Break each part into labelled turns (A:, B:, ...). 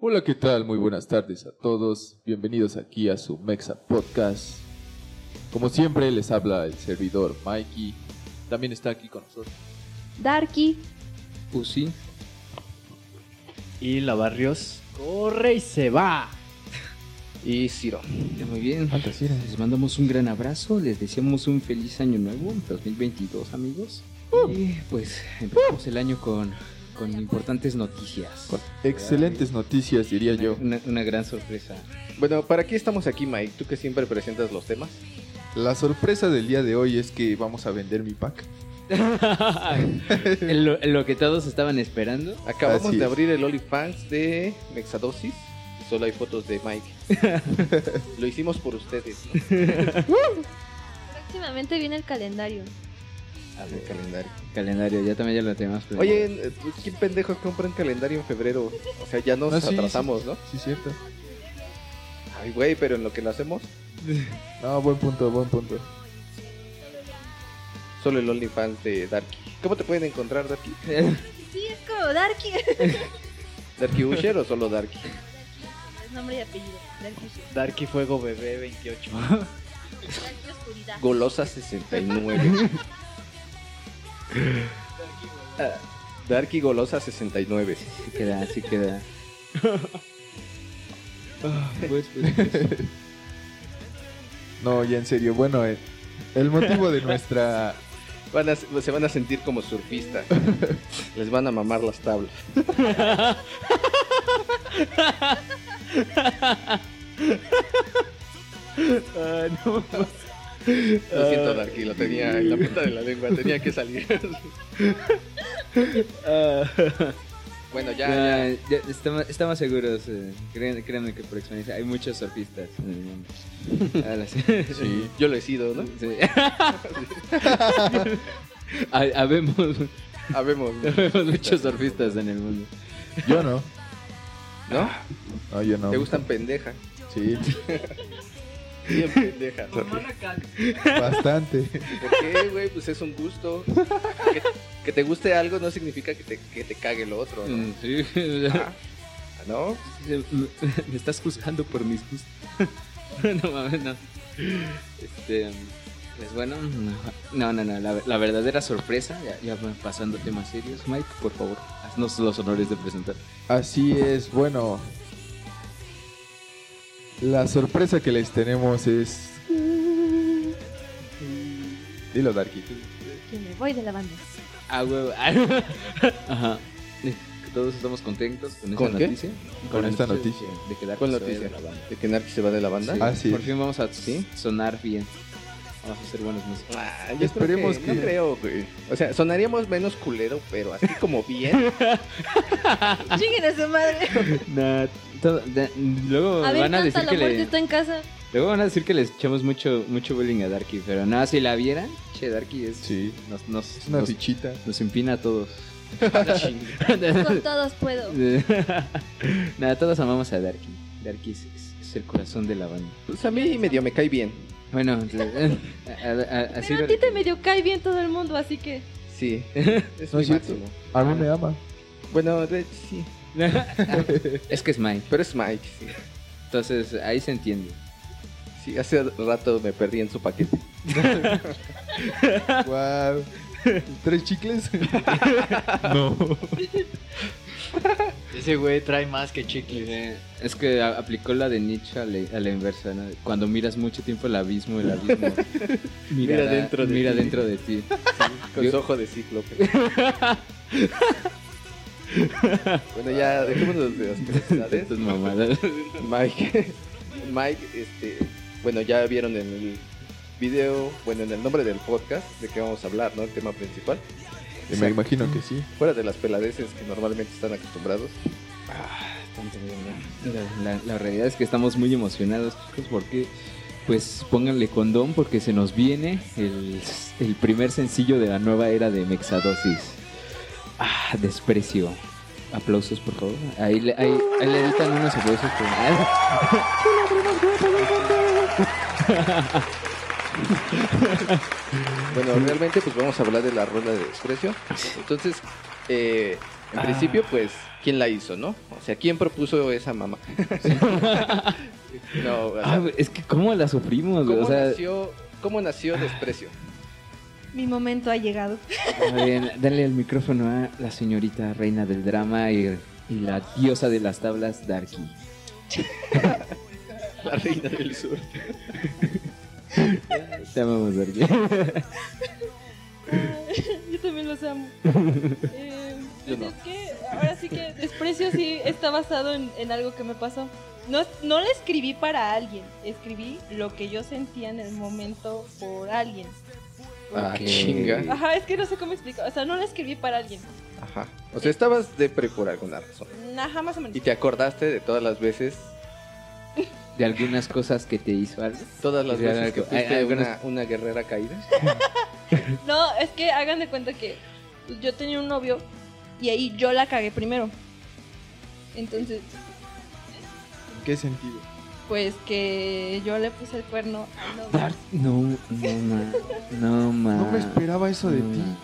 A: Hola, ¿qué tal? Muy buenas tardes a todos. Bienvenidos aquí a su Mexa Podcast. Como siempre, les habla el servidor Mikey. También está aquí con nosotros.
B: Darky,
C: Pussy.
D: Y la Barrios corre y se va.
C: y Ciro. Muy bien. Les mandamos un gran abrazo, les deseamos un feliz año nuevo, 2022 amigos.
D: Uh.
C: Y pues empezamos el año con, con importantes noticias.
A: Con excelentes noticias, diría yo.
C: Una, una gran sorpresa.
E: Bueno, ¿para qué estamos aquí, Mike? Tú que siempre presentas los temas.
A: La sorpresa del día de hoy es que vamos a vender mi pack.
C: lo, lo que todos estaban esperando.
E: Acabamos
A: Así
E: de
A: es.
E: abrir el OnlyFans de Mexadosis. y Solo hay fotos de Mike. Lo hicimos por ustedes. ¿no?
B: próximamente viene el calendario.
A: Ah,
E: El calendario.
C: Calendario, ya también ya lo tenemos. pero-
E: Oye, eh, ¿qué pendejos compran calendario en febrero? O sea, ya nos
A: Ah, sí,
E: atrasamos, ¿no?
A: Sí, cierto.
E: Ay, güey, pero en lo que lo hacemos,
A: No, buen punto, buen punto.
E: solo el OnlyFans de Darky. ¿Cómo te pueden encontrar, Darky?
B: Sí, es como Darky.
E: ¿Darky Usher o solo Darky?
B: Es nombre y apellido. Darky, Oscur-
D: Darky Fuego Bebé 28.
B: Darky Oscuridad.
E: Golosa69. Darky Golosa 69.
C: Así queda, así queda.
E: Pues,
A: No, ya en serio. Bueno, eh, el motivo de nuestra
E: Van a- se van a sentir como surfistas. Les van a mamar las tablas.
D: Ah,
E: Lo siento, Darky, lo tenía en la punta de la lengua, tenía que salir. Bueno, ya, ya.
C: Ya, ya estamos, estamos seguros. eh, créan- créanme que por experiencia hay muchos surfistas Ah, en el mundo. A las-
E: Sí, yo lo he sido, ¿no?
C: Sí. Ha- Habemos,
E: Habemos,
C: habemos muchos surfistas en el mundo.
A: Yo no.
E: ¿no?
A: No, yo no.
E: Te gustan pendeja.
A: Sí,
E: Bien pendeja.
A: bastante.
E: ¿Por qué, güey? Pues es un gusto. Que, que te guste algo no significa que te, que te cague lo otro, ¿no?
C: Mm, sí.
E: Ah, ¿no?
C: Me estás juzgando por mis gustos. No mames, no. Este, pues bueno, no, no, no. La, la verdadera sorpresa, ya, ya van pasando temas serios. Mike, por favor, haznos los honores de presentar.
A: Así es, bueno. La sorpresa que les tenemos es. Dilo, Darky.
B: Que me voy de la banda.
C: Ah, huevo. Ajá. Todos estamos contentos con esta
E: ¿Con qué?
C: noticia.
A: Con esta noticia.
C: De quedar
E: ¿Cuál noticia? ¿De que Narqui se va de la banda?
A: Sí. Así
C: Por
A: es.
C: fin vamos a
E: Sí.
C: sonar bien. Vamos a ser buenos músicos.
E: Ah, yo
A: Esperemos
E: Esperemos que,
A: que-
E: No creo, güey. O sea, sonaríamos menos culero, pero así como bien.
B: Lleguen a su madre.
C: luego
B: A ver,
C: van a
B: canta
C: decir
B: la
C: que
B: muerte
C: le,
B: está en casa.
C: luego van a decir que le echamos mucho mucho bullying a Darky, pero nada, si la vieran, che, Darky es
A: Sí.
C: nos nos,
A: Es una
C: nos-
A: fichita.
C: nos empina a todos.
B: Con todos puedo.
C: nada, todos amamos a Darky. Darky es- es- es el corazón de la banda.
E: Pues a mí medio me cae bien.
C: Bueno, a- a- a- así
B: Pero a ti te medio cae bien todo el mundo, así que.
E: Sí. Es
A: No
E: mi
A: es cierto.
E: máximo.
A: A mí me ama.
E: Bueno, de- sí.
C: Es que es Mike,
E: Pero es Mike, sí.
C: entonces ahí se entiende.
E: Sí, hace rato me perdí en su paquete.
A: Wow. ¿Tres chicles?
D: Ese güey trae más que chicles.
C: Eh, Es que a- aplicó la de Nietzsche a la, a la inversa, ¿no? Cuando miras mucho tiempo el abismo, el abismo.
E: Mira dentro de
C: mira
E: ti.
C: dentro de ti.
E: Con su ojo de cíclope. bueno, ya dejémonos de las curiosidades.
C: Estas mamadas.
E: Mike, Mike, este, bueno, ya vieron en el video, bueno, en el nombre del podcast de qué vamos a hablar, ¿no? El tema principal.
A: Me imagino que sí.
E: Fuera de las peladeces que normalmente están acostumbrados.
C: La, la realidad es que estamos muy emocionados, chicos, porque pues pónganle condón porque se nos viene el, el primer sencillo de la nueva era de Mexadosis. Ah, desprecio. Aplausos, por favor. Ahí le, ahí, ahí le editan unos aplausos. por-
E: Bueno, realmente pues vamos a hablar de la rueda de desprecio. Entonces, eh,
C: Ah.
E: En principio, pues, ¿quién la hizo, no? O sea, ¿quién propuso esa mamá? no, o sea,
C: Ah, güey, es que cómo la sufrimos, güey.
E: ¿cómo,
C: O sea,
E: nació, ¿cómo nació Desprecio?
B: Mi momento ha llegado.
C: a ver, dale el micrófono a la señorita reina del drama y, y la diosa de las tablas, Darky.
E: La reina del sur.
C: Te amamos, Darky.
B: Yo también los amo. Eh,
E: Yo
B: pues
E: no.
B: es que ahora sí que desprecio sí está basado en, en algo que me pasó. No, no lo escribí para alguien, escribí lo que yo sentía en el momento por alguien.
E: Ah,
C: Ok.
E: chinga.
B: Ajá, es que no sé cómo explicar. O sea, no lo escribí para alguien.
E: Ajá. O sea, estabas depre por alguna razón.
B: Ajá, más o menos.
E: Y te acordaste de todas las veces,
C: De algunas cosas que te hizo algo.
E: todas las
C: Sí, hay-
E: veces que fuiste
C: hay
E: una,
C: algunas-
E: una guerrera caída.
B: No, es que hagan de cuenta que yo tenía un novio y ahí yo la cagué primero. Entonces,
A: ¿En qué sentido?
B: pues que yo le puse el cuerno al novio.
C: Dark, no, no, ma, no, ma.
A: No me esperaba eso de
C: no,
A: ti.
C: ma.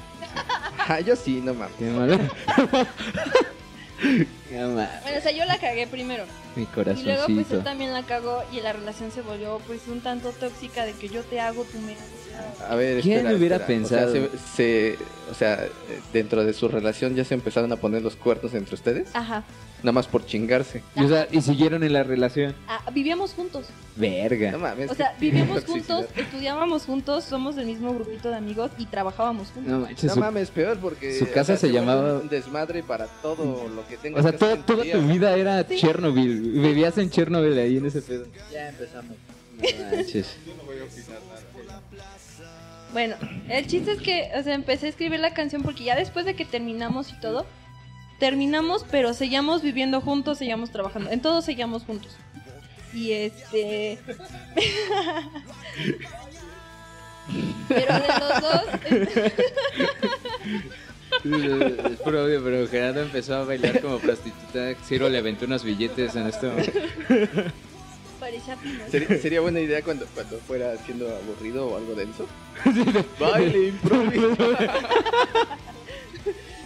E: Ajá, Ah, yo sí, no mames.
C: Qué malo. No, ma,
B: Bueno, o sea, yo la cagué primero.
C: Mi
B: Y luego pues él
C: corazoncito.
B: también la cagó y la relación se volvió pues un tanto tóxica de que yo te hago, tú me haces.
E: A ver,
C: ¿Quién
E: espera,
C: hubiera
E: espera.
C: pensado?
E: O sea, se- se- o sea, eh, dentro de su relación ya se empezaron a poner los cuernos entre ustedes,
B: Ajá.
E: nada más por chingarse.
C: Y, o sea, y siguieron en la relación.
B: Ah, vivíamos juntos.
E: No
C: Verga.
E: mames.
B: O
E: qué
B: sea, vivíamos
E: toxicidad.
B: juntos, estudiábamos juntos, somos del mismo grupito de amigos y trabajábamos juntos.
C: No manches.
E: No
C: su-
E: mames, peor porque
C: su casa se
E: te vuelve
C: llamaba-
E: un desmadre para todo lo que tengas.
C: o sea,
E: que
C: toda,
E: hacer en
C: toda
E: día.
C: tu vida era
B: Sí.
C: Chernobyl. güey. Vivías en Chernobyl ahí en ese pedo.
D: Ya empezamos.
C: No manches.
B: Bueno, el chiste es que, o sea, empecé a escribir la canción porque ya después de que terminamos y todo, terminamos, pero seguíamos viviendo juntos, seguíamos trabajando, en todo seguíamos juntos. Y este... pero de los dos...
C: es puro obvio, pero Gerardo empezó a bailar como prostituta. Ciro le aventó unos billetes en este esto.
B: Parecía Pinocho.
E: Sería, sería buena idea cuando, cuando fuera siendo aburrido o algo denso. Baile, improviso.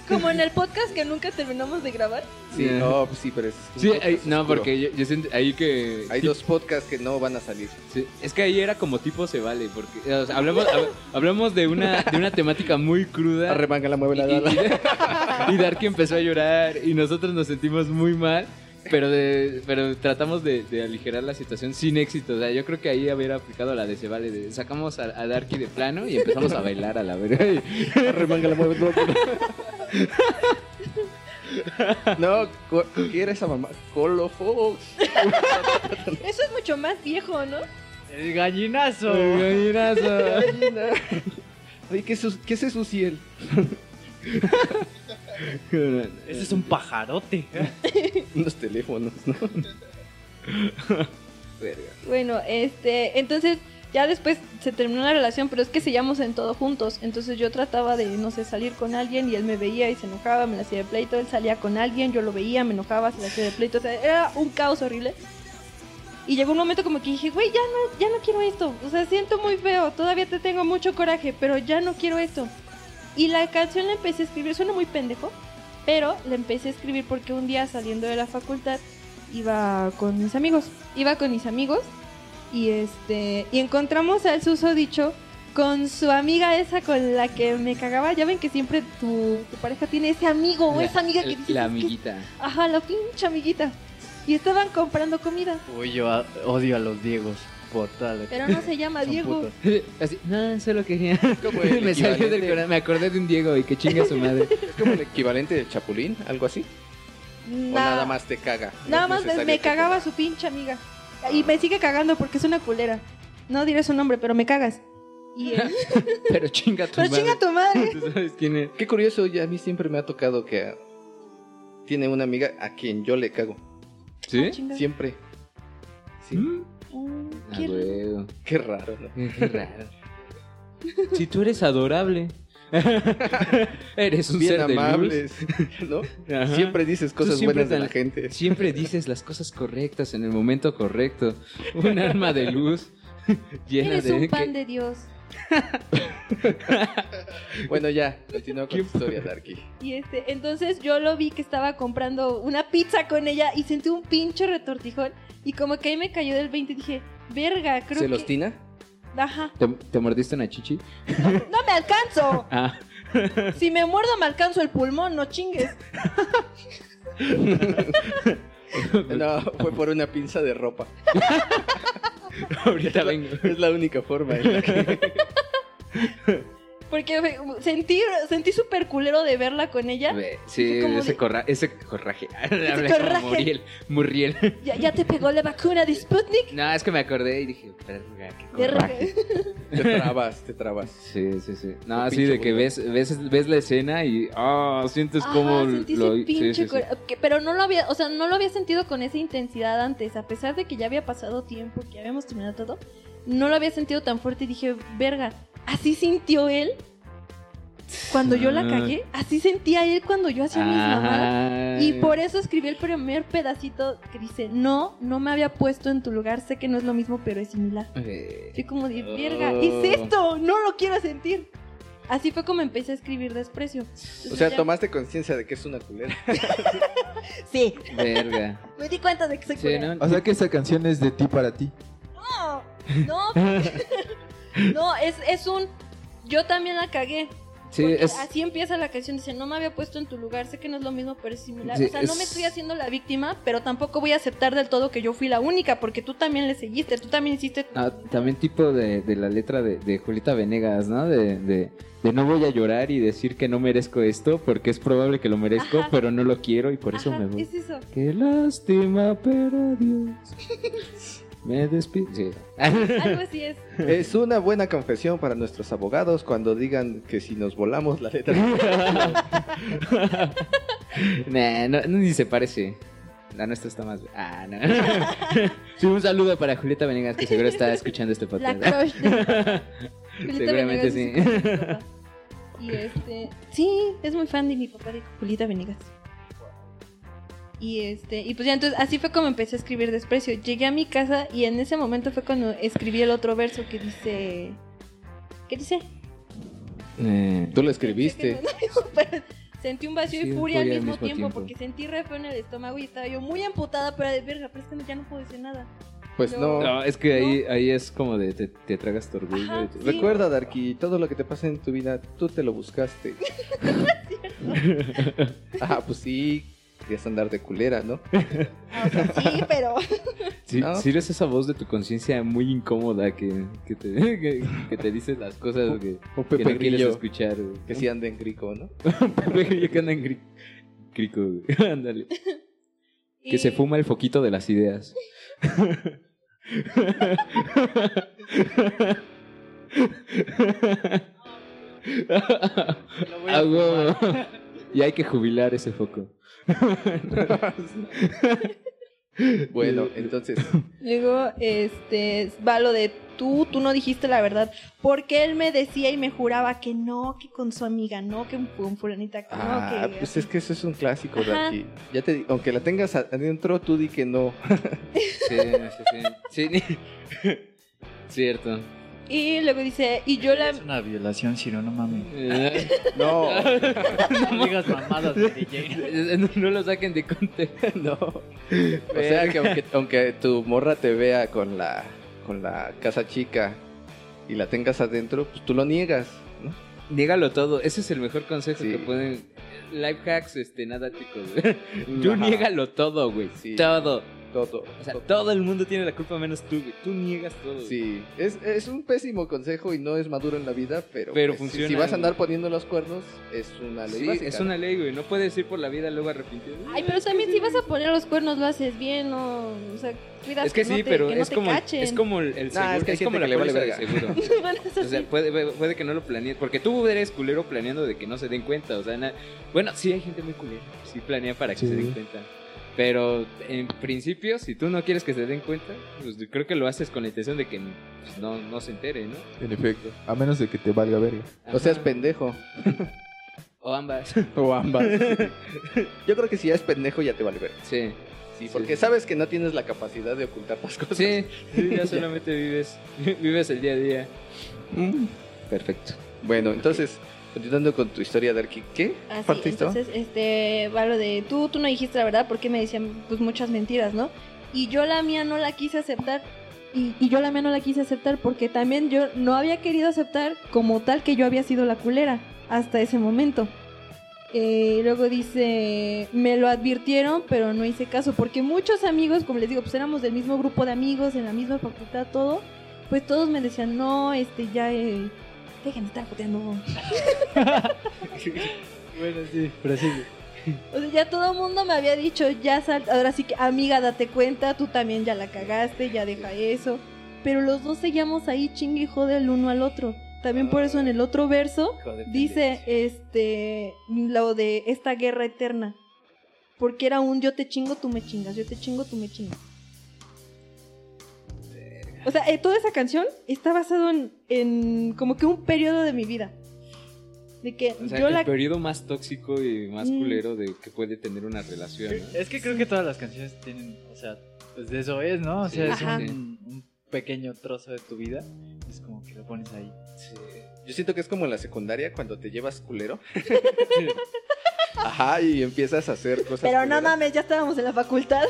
B: Como en el podcast que nunca terminamos de grabar.
E: Sí,
C: Ya.
E: no, pues sí, pero es. un
C: Sí,
E: podcast
C: ahí- no,
E: oscuro.
C: porque yo, yo siento ahí que...
E: Hay dos podcasts que no van a salir.
C: Sí, es que ahí era como tipo se vale, porque o sea, hablamos, hab- hablamos de, una, de una temática muy cruda.
E: Arremanga la mueve
C: Y,
E: la dala.
C: y- y Darky empezó a llorar y nosotros nos sentimos muy mal, pero de- pero tratamos de, de aligerar la situación sin éxito. O sea, yo creo que ahí haber aplicado la de se vale, de sacamos a, a Darky de plano y empezamos a bailar a la verga.
E: Arremanga la mueve la dala. No, co- ¿qué era esa mamá? Colofox.
B: Eso es mucho más viejo, ¿no?
D: El gallinazo.
C: Gallinazo.
E: Oye, ¿qué es, su- ¿qué es eso, Ciel?
D: Ese es un pajarote.
E: Unos teléfonos, ¿no? Verga.
B: Bueno, este, entonces ya después se terminó la relación, pero es que seguíamos en todo juntos. Entonces yo trataba de, no sé, salir con alguien y él me veía y se enojaba, me la hacía de pleito. Él salía con alguien, yo lo veía, me enojaba, se la hacía de pleito. O sea, era un caos horrible. Y llegó un momento como que dije, güey, ya no, ya no quiero esto. O sea, siento muy feo, todavía te tengo mucho coraje, pero ya no quiero esto. Y la canción la empecé a escribir, suena muy pendejo, pero la empecé a escribir porque un día saliendo de la facultad iba con mis amigos. Iba con mis amigos y este y encontramos al susodicho con su amiga esa con la que me cagaba. Ya ven que siempre tu, tu pareja tiene ese amigo o esa amiga que dices,
C: La
B: "Es que-
C: amiguita.
B: Ajá, la pinche amiguita. Y estaban comprando comida,
D: Uy, yo a- odio a los Diegos por toda la
B: pero no se llama
D: Son
B: Diego.
D: putos.
C: Así, no, solo quería.
E: Como el
C: Me salió del
E: equivalente-
C: corazón, me acordé de un Diego y que chinga su madre.
E: Es como el equivalente del chapulín, algo así. O
B: Nada,
E: nada más te caga. No
B: Nada
E: es
B: más me,
E: necesario
B: me
E: que este te-
B: cagaba su pinche amiga. Y me sigue cagando porque es una culera. No diré su nombre, pero me cagas. Y, eh,
C: Pero chinga tu
B: pero
C: madre.
B: chinga tu madre.
C: ¿Tú sabes quién es?
E: Qué curioso, ya a mí siempre me ha tocado que ah, tiene una amiga a quien yo le cago.
C: ¿Sí?
B: Ah, Chinga.
E: Siempre. Sí.
B: Mm,
C: Ah,
B: qué rico.
C: huevo.
E: Qué raro, ¿no?
C: Qué raro. Si tú eres adorable. eres un
E: Bien
C: ser de
E: amables, ¿no?
C: luz. Ajá.
E: Siempre dices cosas
C: siempre
E: buenas de
C: tan-
E: la gente.
C: Siempre dices las cosas correctas en el momento correcto. Un alma de luz llena
B: Eres
C: de...
B: un pan
C: que-
B: de Dios.
E: Bueno, ya, continúa con tu historia, Darky.
B: Y este, entonces yo lo vi que estaba comprando una pizza con ella y sentí un pinche retortijón. Y como que ahí me cayó del 20 y dije, verga, creo que.
E: ¿Celostina?
B: Ajá.
C: ¿Te, te mordiste una chichi?
B: ¡No me alcanzo!
C: Ah,
B: Si me muerdo, me alcanzo el pulmón, no chingues.
E: No, fue por una pinza de ropa.
C: ahorita vengo.
E: Es la única forma en la que...
B: Porque fue- sentí, sentí súper culero de verla con ella.
C: Ve, Sí,
B: Así como
C: ese,
B: de-
C: corra- ese corraje. Hablé
B: corraje.
C: como Muriel. Muriel.
B: ¿Ya, ya te pegó la vacuna de Sputnik?
C: No, es que me acordé y dije, verga, qué
B: Verga.
C: corraje.
E: Te trabas, te trabas.
C: Sí, sí, sí. No,
E: Qué
C: así
E: pinche
C: de que
E: bonito.
C: ves, ves, ves la escena y ah, sientes
B: Ajá,
C: como
B: sentí ese
C: sí,
B: pinche
C: sí, sí.
B: cora- que- pero no lo había, o sea, no lo había sentido con esa intensidad antes, a pesar de que ya había pasado tiempo, que ya habíamos terminado todo, no lo había sentido tan fuerte y dije, verga, así sintió él cuando yo la
C: Ah.
B: cagué, así sentía él cuando yo hacía mis mamadas.
C: Ajá.
B: Y por eso escribí el primer pedacito que dice, no, no me había puesto en tu lugar, sé que no es lo mismo, pero es similar.
C: Eh,
B: Fui como de,
C: Oh.
B: verga, ¿es esto? No lo quiero sentir. Así fue como empecé a escribir desprecio.
E: O sea,
B: Ya-
E: tomaste conciencia de que es una culera.
B: Sí,
C: Verga.
B: me di cuenta de que soy
C: Sí,
B: culera.
C: ¿no?
A: O sea que esa canción es de ti para ti.
B: No, no, no, es, es un. Yo también la cagué.
C: Sí,
B: porque
C: es-
B: Así empieza la canción. Dice: No me había puesto en tu lugar. Sé que no es lo mismo, pero es similar.
C: Sí,
B: o sea, no me
C: es-
B: estoy haciendo la víctima, pero tampoco voy a aceptar del todo que yo fui la única. Porque tú también le seguiste. Tú también hiciste.
C: Ah, también tipo de, de la letra de, de Julieta Venegas, ¿no? De, de, de no voy a llorar y decir que no merezco esto porque es probable que lo merezco,
B: Ajá.
C: pero no lo quiero y por eso
B: Ajá,
C: me voy.
B: Es eso.
C: Qué lástima, pero Dios. Me despido. Sí.
B: Algo así es.
E: Es una buena confesión para nuestros abogados cuando digan que si nos volamos la letra...
C: Nah, no, no, ni se parece. La nuestra está más. Ah, no. sí, un saludo para Julieta Venegas que seguro está escuchando este
B: La
C: podcast.
B: crush de. Julieta
C: Seguramente
B: Venegas
C: sí.
B: es su papá. Y este, sí, es muy fan de mi papá de Julieta Venegas. Y este, y pues ya entonces así fue como empecé a escribir desprecio. Llegué a mi casa y en ese momento fue cuando escribí el otro verso que dice ¿Qué dice?
C: Eh,
E: Tú lo escribiste.
B: Pero Sentí un vacío
C: Sí,
B: y
C: un
B: furia al mismo, tiempo, porque sentí re feo en el estómago y estaba yo muy amputada, pero de verga, pero es que ya no puedo decir nada.
E: Pues no.
C: no, es que ahí, ahí es como de te, te tragas tu orgullo.
B: Ajá,
C: y te-
B: sí.
E: Recuerda, Darky, todo lo que te pasa en tu vida, tú te lo buscaste. ah, pues sí, querías andar de culera, ¿no?
B: Ah, o sea, sí, pero
C: Sí,
E: ¿No?
C: sí eres esa voz de tu conciencia muy incómoda que, que te, que, que te dice las cosas que,
E: O
C: que
E: Pepe
C: no quieres
E: Grillo,
C: escuchar. güey.
E: que sí anda en grico, ¿no?
C: Pepe Grillo que anda en gri- crico, güey. Ándale. Que se
B: y-
C: fuma el foquito de las ideas.
D: Lo voy a
C: Ah,
D: fumar.
C: huevo. Y hay que jubilar ese foco.
E: Bueno, entonces,
B: Luego, este, va lo de tú, tú no dijiste la verdad. Porque él me decía y me juraba que no, que con su amiga no, que con fulanita que
E: ah,
B: no, que...
E: pues es que eso es un clásico,
B: Ajá.
E: Darky. Ya te, di- aunque la tengas adentro, tú di que no.
C: Sí, sí, sí. Sí. Cierto.
B: Y luego dice, y yo la...
D: Es una violación, si no, no mames.
C: Eh,
E: No,
D: No digas mamadas de DJ.
C: No, no lo saquen de contexto.
E: no. O sea, que aunque, aunque tu morra te vea con la, con la casa chica y la tengas adentro, pues tú lo niegas, ¿no?
C: Niégalo todo. Ese es el mejor consejo
E: Sí.
C: que pueden. Life hacks, este, nada ticos. güey. Tú
E: Ajá.
C: niégalo todo, güey.
E: Sí.
C: Todo.
E: Todo.
C: O sea, todo el mundo tiene la culpa menos tú, güey. Tú niegas todo. güey.
E: Sí, es, es un pésimo consejo y no es maduro en la vida, pero,
C: Pero
E: pues, si-
C: funciona,
E: si vas a andar
C: güey.
E: poniendo los cuernos, es una ley
C: Sí,
E: básica,
C: es
E: ¿no?
C: una ley, güey. No puedes ir por la vida luego arrepintido.
B: Ay, pero también si vas a poner los cuernos lo haces bien, o, o sea, cuidas
C: Es que
B: no
C: sí,
B: te-
C: pero
B: que no
C: es,
B: te
C: como, el-
B: cachen.
C: es como Pues el el seguro.
E: Nah, es que hay
C: es como
E: gente
C: la
E: que le vale
C: póliza de seguro.
B: Bueno, eso
C: O sea,
B: sí.
C: puede, puede que no lo planees, porque tú eres culero planeando de que no se den cuenta, o sea, na- bueno, sí hay gente muy culera, que sí planea para que
A: Sí.
C: se den cuenta, pero en principio, si tú no quieres que se den cuenta, pues yo creo que lo haces con la intención de que pues, no, no se entere, ¿no?
A: En efecto. A menos de que te valga verga.
E: O sea, es
C: Ajá.
E: pendejo.
C: O ambas,
E: O ambas. Yo creo que si ya es pendejo, ya te vale ver.
C: sí.
E: Sí, porque sabes que no tienes la capacidad de ocultar las cosas.
C: Sí, sí, ya solamente vives, vives el día a día.
E: Mm, Perfecto. Bueno, entonces, continuando con tu historia de Arqui, ¿qué
B: Así,
E: parte estaba?
B: Ah, entonces, este, va lo de tú, tú no dijiste la verdad porque me decían pues muchas mentiras, ¿no? Y yo la mía no la quise aceptar. Y, y yo la mía no la quise aceptar porque también yo no había querido aceptar como tal que yo había sido la culera hasta ese momento. Eh, luego dice, me lo advirtieron, pero no hice caso, porque muchos amigos, como les digo, pues éramos del mismo grupo de amigos, en la misma facultad, todo, pues todos me decían, no, este, ya, eh, déjenme estar joteando,
D: Bueno, sí, pero sí.
B: O sea, ya todo el mundo me había dicho, ya sal, ahora sí que amiga, date cuenta, tú también ya la cagaste, ya deja eso. Pero los dos seguíamos ahí chingue y jode el uno al otro. También por eso en el otro verso
E: Hijo de
B: dice este lo de esta guerra eterna. Porque era un yo te chingo, tú me chingas, yo te chingo, tú me chingas. O sea, eh, toda esa canción está basado en, en como que un periodo de mi vida. De que
C: O sea,
B: yo
C: el
B: la
C: periodo más tóxico y más
B: Mm.
C: culero de que puede tener una relación. ¿no?
D: Es que creo que todas las canciones tienen, o sea, pues de eso es, ¿no? O sea,
B: Sí,
D: es
B: Ajá.
D: un, un pequeño trozo de tu vida. Es como que lo pones ahí.
E: Sí. Yo siento que es como en la secundaria cuando te llevas culero. Ajá, y empiezas a hacer cosas.
B: Pero no
E: culeras.
B: mames, ya estábamos en la facultad.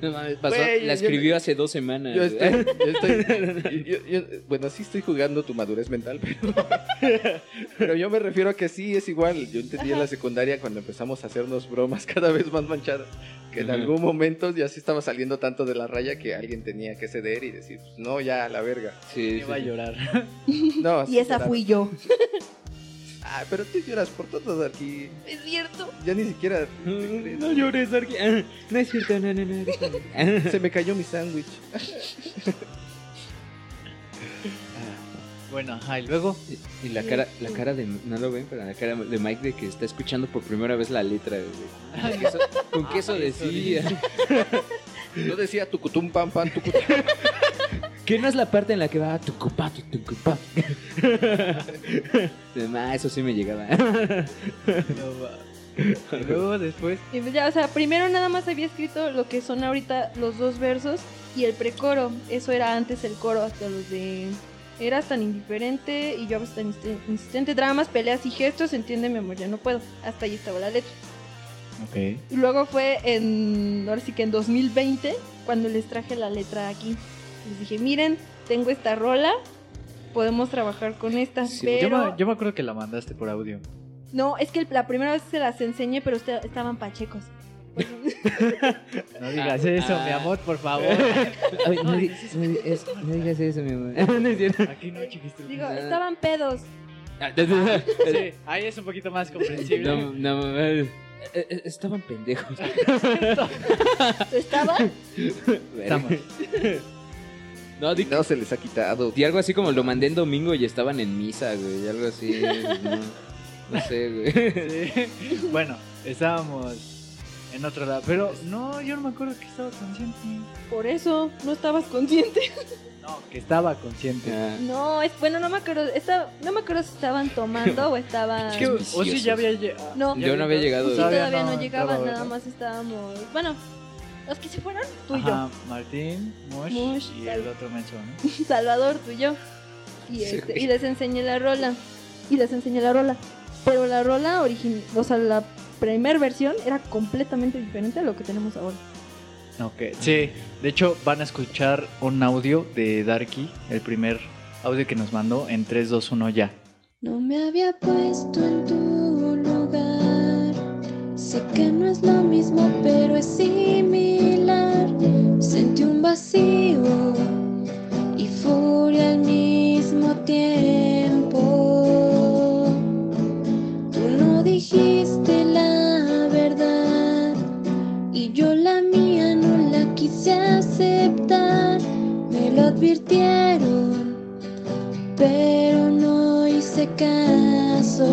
C: No mames, pasó-
E: Güey,
C: la
E: yo-
C: escribió hace dos semanas.
E: Yo estoy, yo estoy- yo- yo- bueno, sí estoy jugando tu madurez mental, pero, pero yo me refiero a que sí es igual. Yo entendí en la secundaria cuando empezamos a hacernos bromas cada vez más manchadas, que en
C: Ajá.
E: algún momento ya sí estaba saliendo tanto de la raya que alguien tenía que ceder y decir, pues, no, ya, la verga.
C: Sí,
D: Me va a
C: sí.
D: llorar.
E: No, sí,
B: Y esa
E: llorar.
B: fui yo.
E: Ah, pero tú lloras por todos aquí.
B: Es cierto.
E: Ya ni siquiera. te
C: Mm,
E: crees.
C: No llores, Arqui. Ah, No es cierto, no, no, no. ahorita no. Ah.
E: Se me cayó mi sándwich.
D: Bueno, ajá, y luego.
C: Y la cara, la cara de, no lo ven, pero la cara de Mike de que está escuchando por primera vez la letra. güey. Con que eso, con que eso
D: Ah, eso
C: decía.
E: Yo decía tucutum pam pam tucutum.
C: Que no es la parte en la que va tu cupato, tu cupato. Nah, eso sí me llegaba.
D: no va. Y luego después.
B: Y pues ya, o sea, primero nada más había escrito lo que son ahorita los dos versos y el precoro. Eso era antes el coro, hasta los de. Eras tan indiferente y yo hasta tan insiste- insistente. Dramas, peleas y gestos, entiende mi amor, ya no puedo. Hasta ahí estaba la letra.
D: Ok.
B: Y Luego fue en, ahora sí que en 2020, cuando les traje la letra aquí. Les dije, miren, tengo esta rola, podemos trabajar con esta,
C: Sí,
B: pero...
D: Yo, me, yo me acuerdo que la mandaste por audio.
B: No, es que el- la primera vez se las enseñé, pero usted- estaban pachecos.
D: No digas
C: Ah,
D: eso,
C: ah.
D: mi amor, por favor.
C: Ay, no, di- no di- es- no digas eso, mi amor. No es cierto.
D: Aquí no, chiquito.
B: Digo, estaban pedos.
D: Sí, ahí es un poquito más comprensible.
C: No, no, mames. Eh, eh, Estaban pendejos.
B: ¿Estaban?
D: Estamos.
C: No, di,
E: No se les ha quitado.
C: di algo así como lo mandé en domingo y estaban en misa, güey. Algo así. No, no sé, güey.
D: Sí. Bueno, estábamos en otro lado. Pero no, yo no me acuerdo que estaba consciente.
B: Por eso, no estabas consciente.
D: No, que estaba consciente.
C: Ah.
B: No, es, bueno, no me acuerdo, esta- no me acuerdo si estaban tomando o estaban...
D: Es que, o sí, ya había llegado.
B: No.
C: Yo no había llegado.
B: Sí,
C: Todavía
B: todavía, no, llegaban,
D: estaba,
B: nada
D: ¿verdad?
B: más estábamos... Bueno, los que se fueron, tú y yo.
D: Ajá, Martín, Mosh,
B: Mosh,
D: y
B: tal.
D: el otro mencho, ¿no?
B: Salvador, tú y yo. Y,
C: Sí,
B: este,
C: güey.
B: y les enseñé la rola. Y les enseñé la rola. Pero la rola original, o sea, la primer versión era completamente diferente a lo que tenemos ahora.
D: Ok, sí. De hecho, van a escuchar un audio de Darky, el primer audio que nos mandó en 3, 2, 1 ya.
F: No me había puesto en tu lugar. Sé que no es lo mismo, pero es similar. Sentí un vacío y furia al mismo tiempo. Tú no dijiste la verdad y yo la mía no la quise aceptar. Me lo advirtieron pero no hice caso.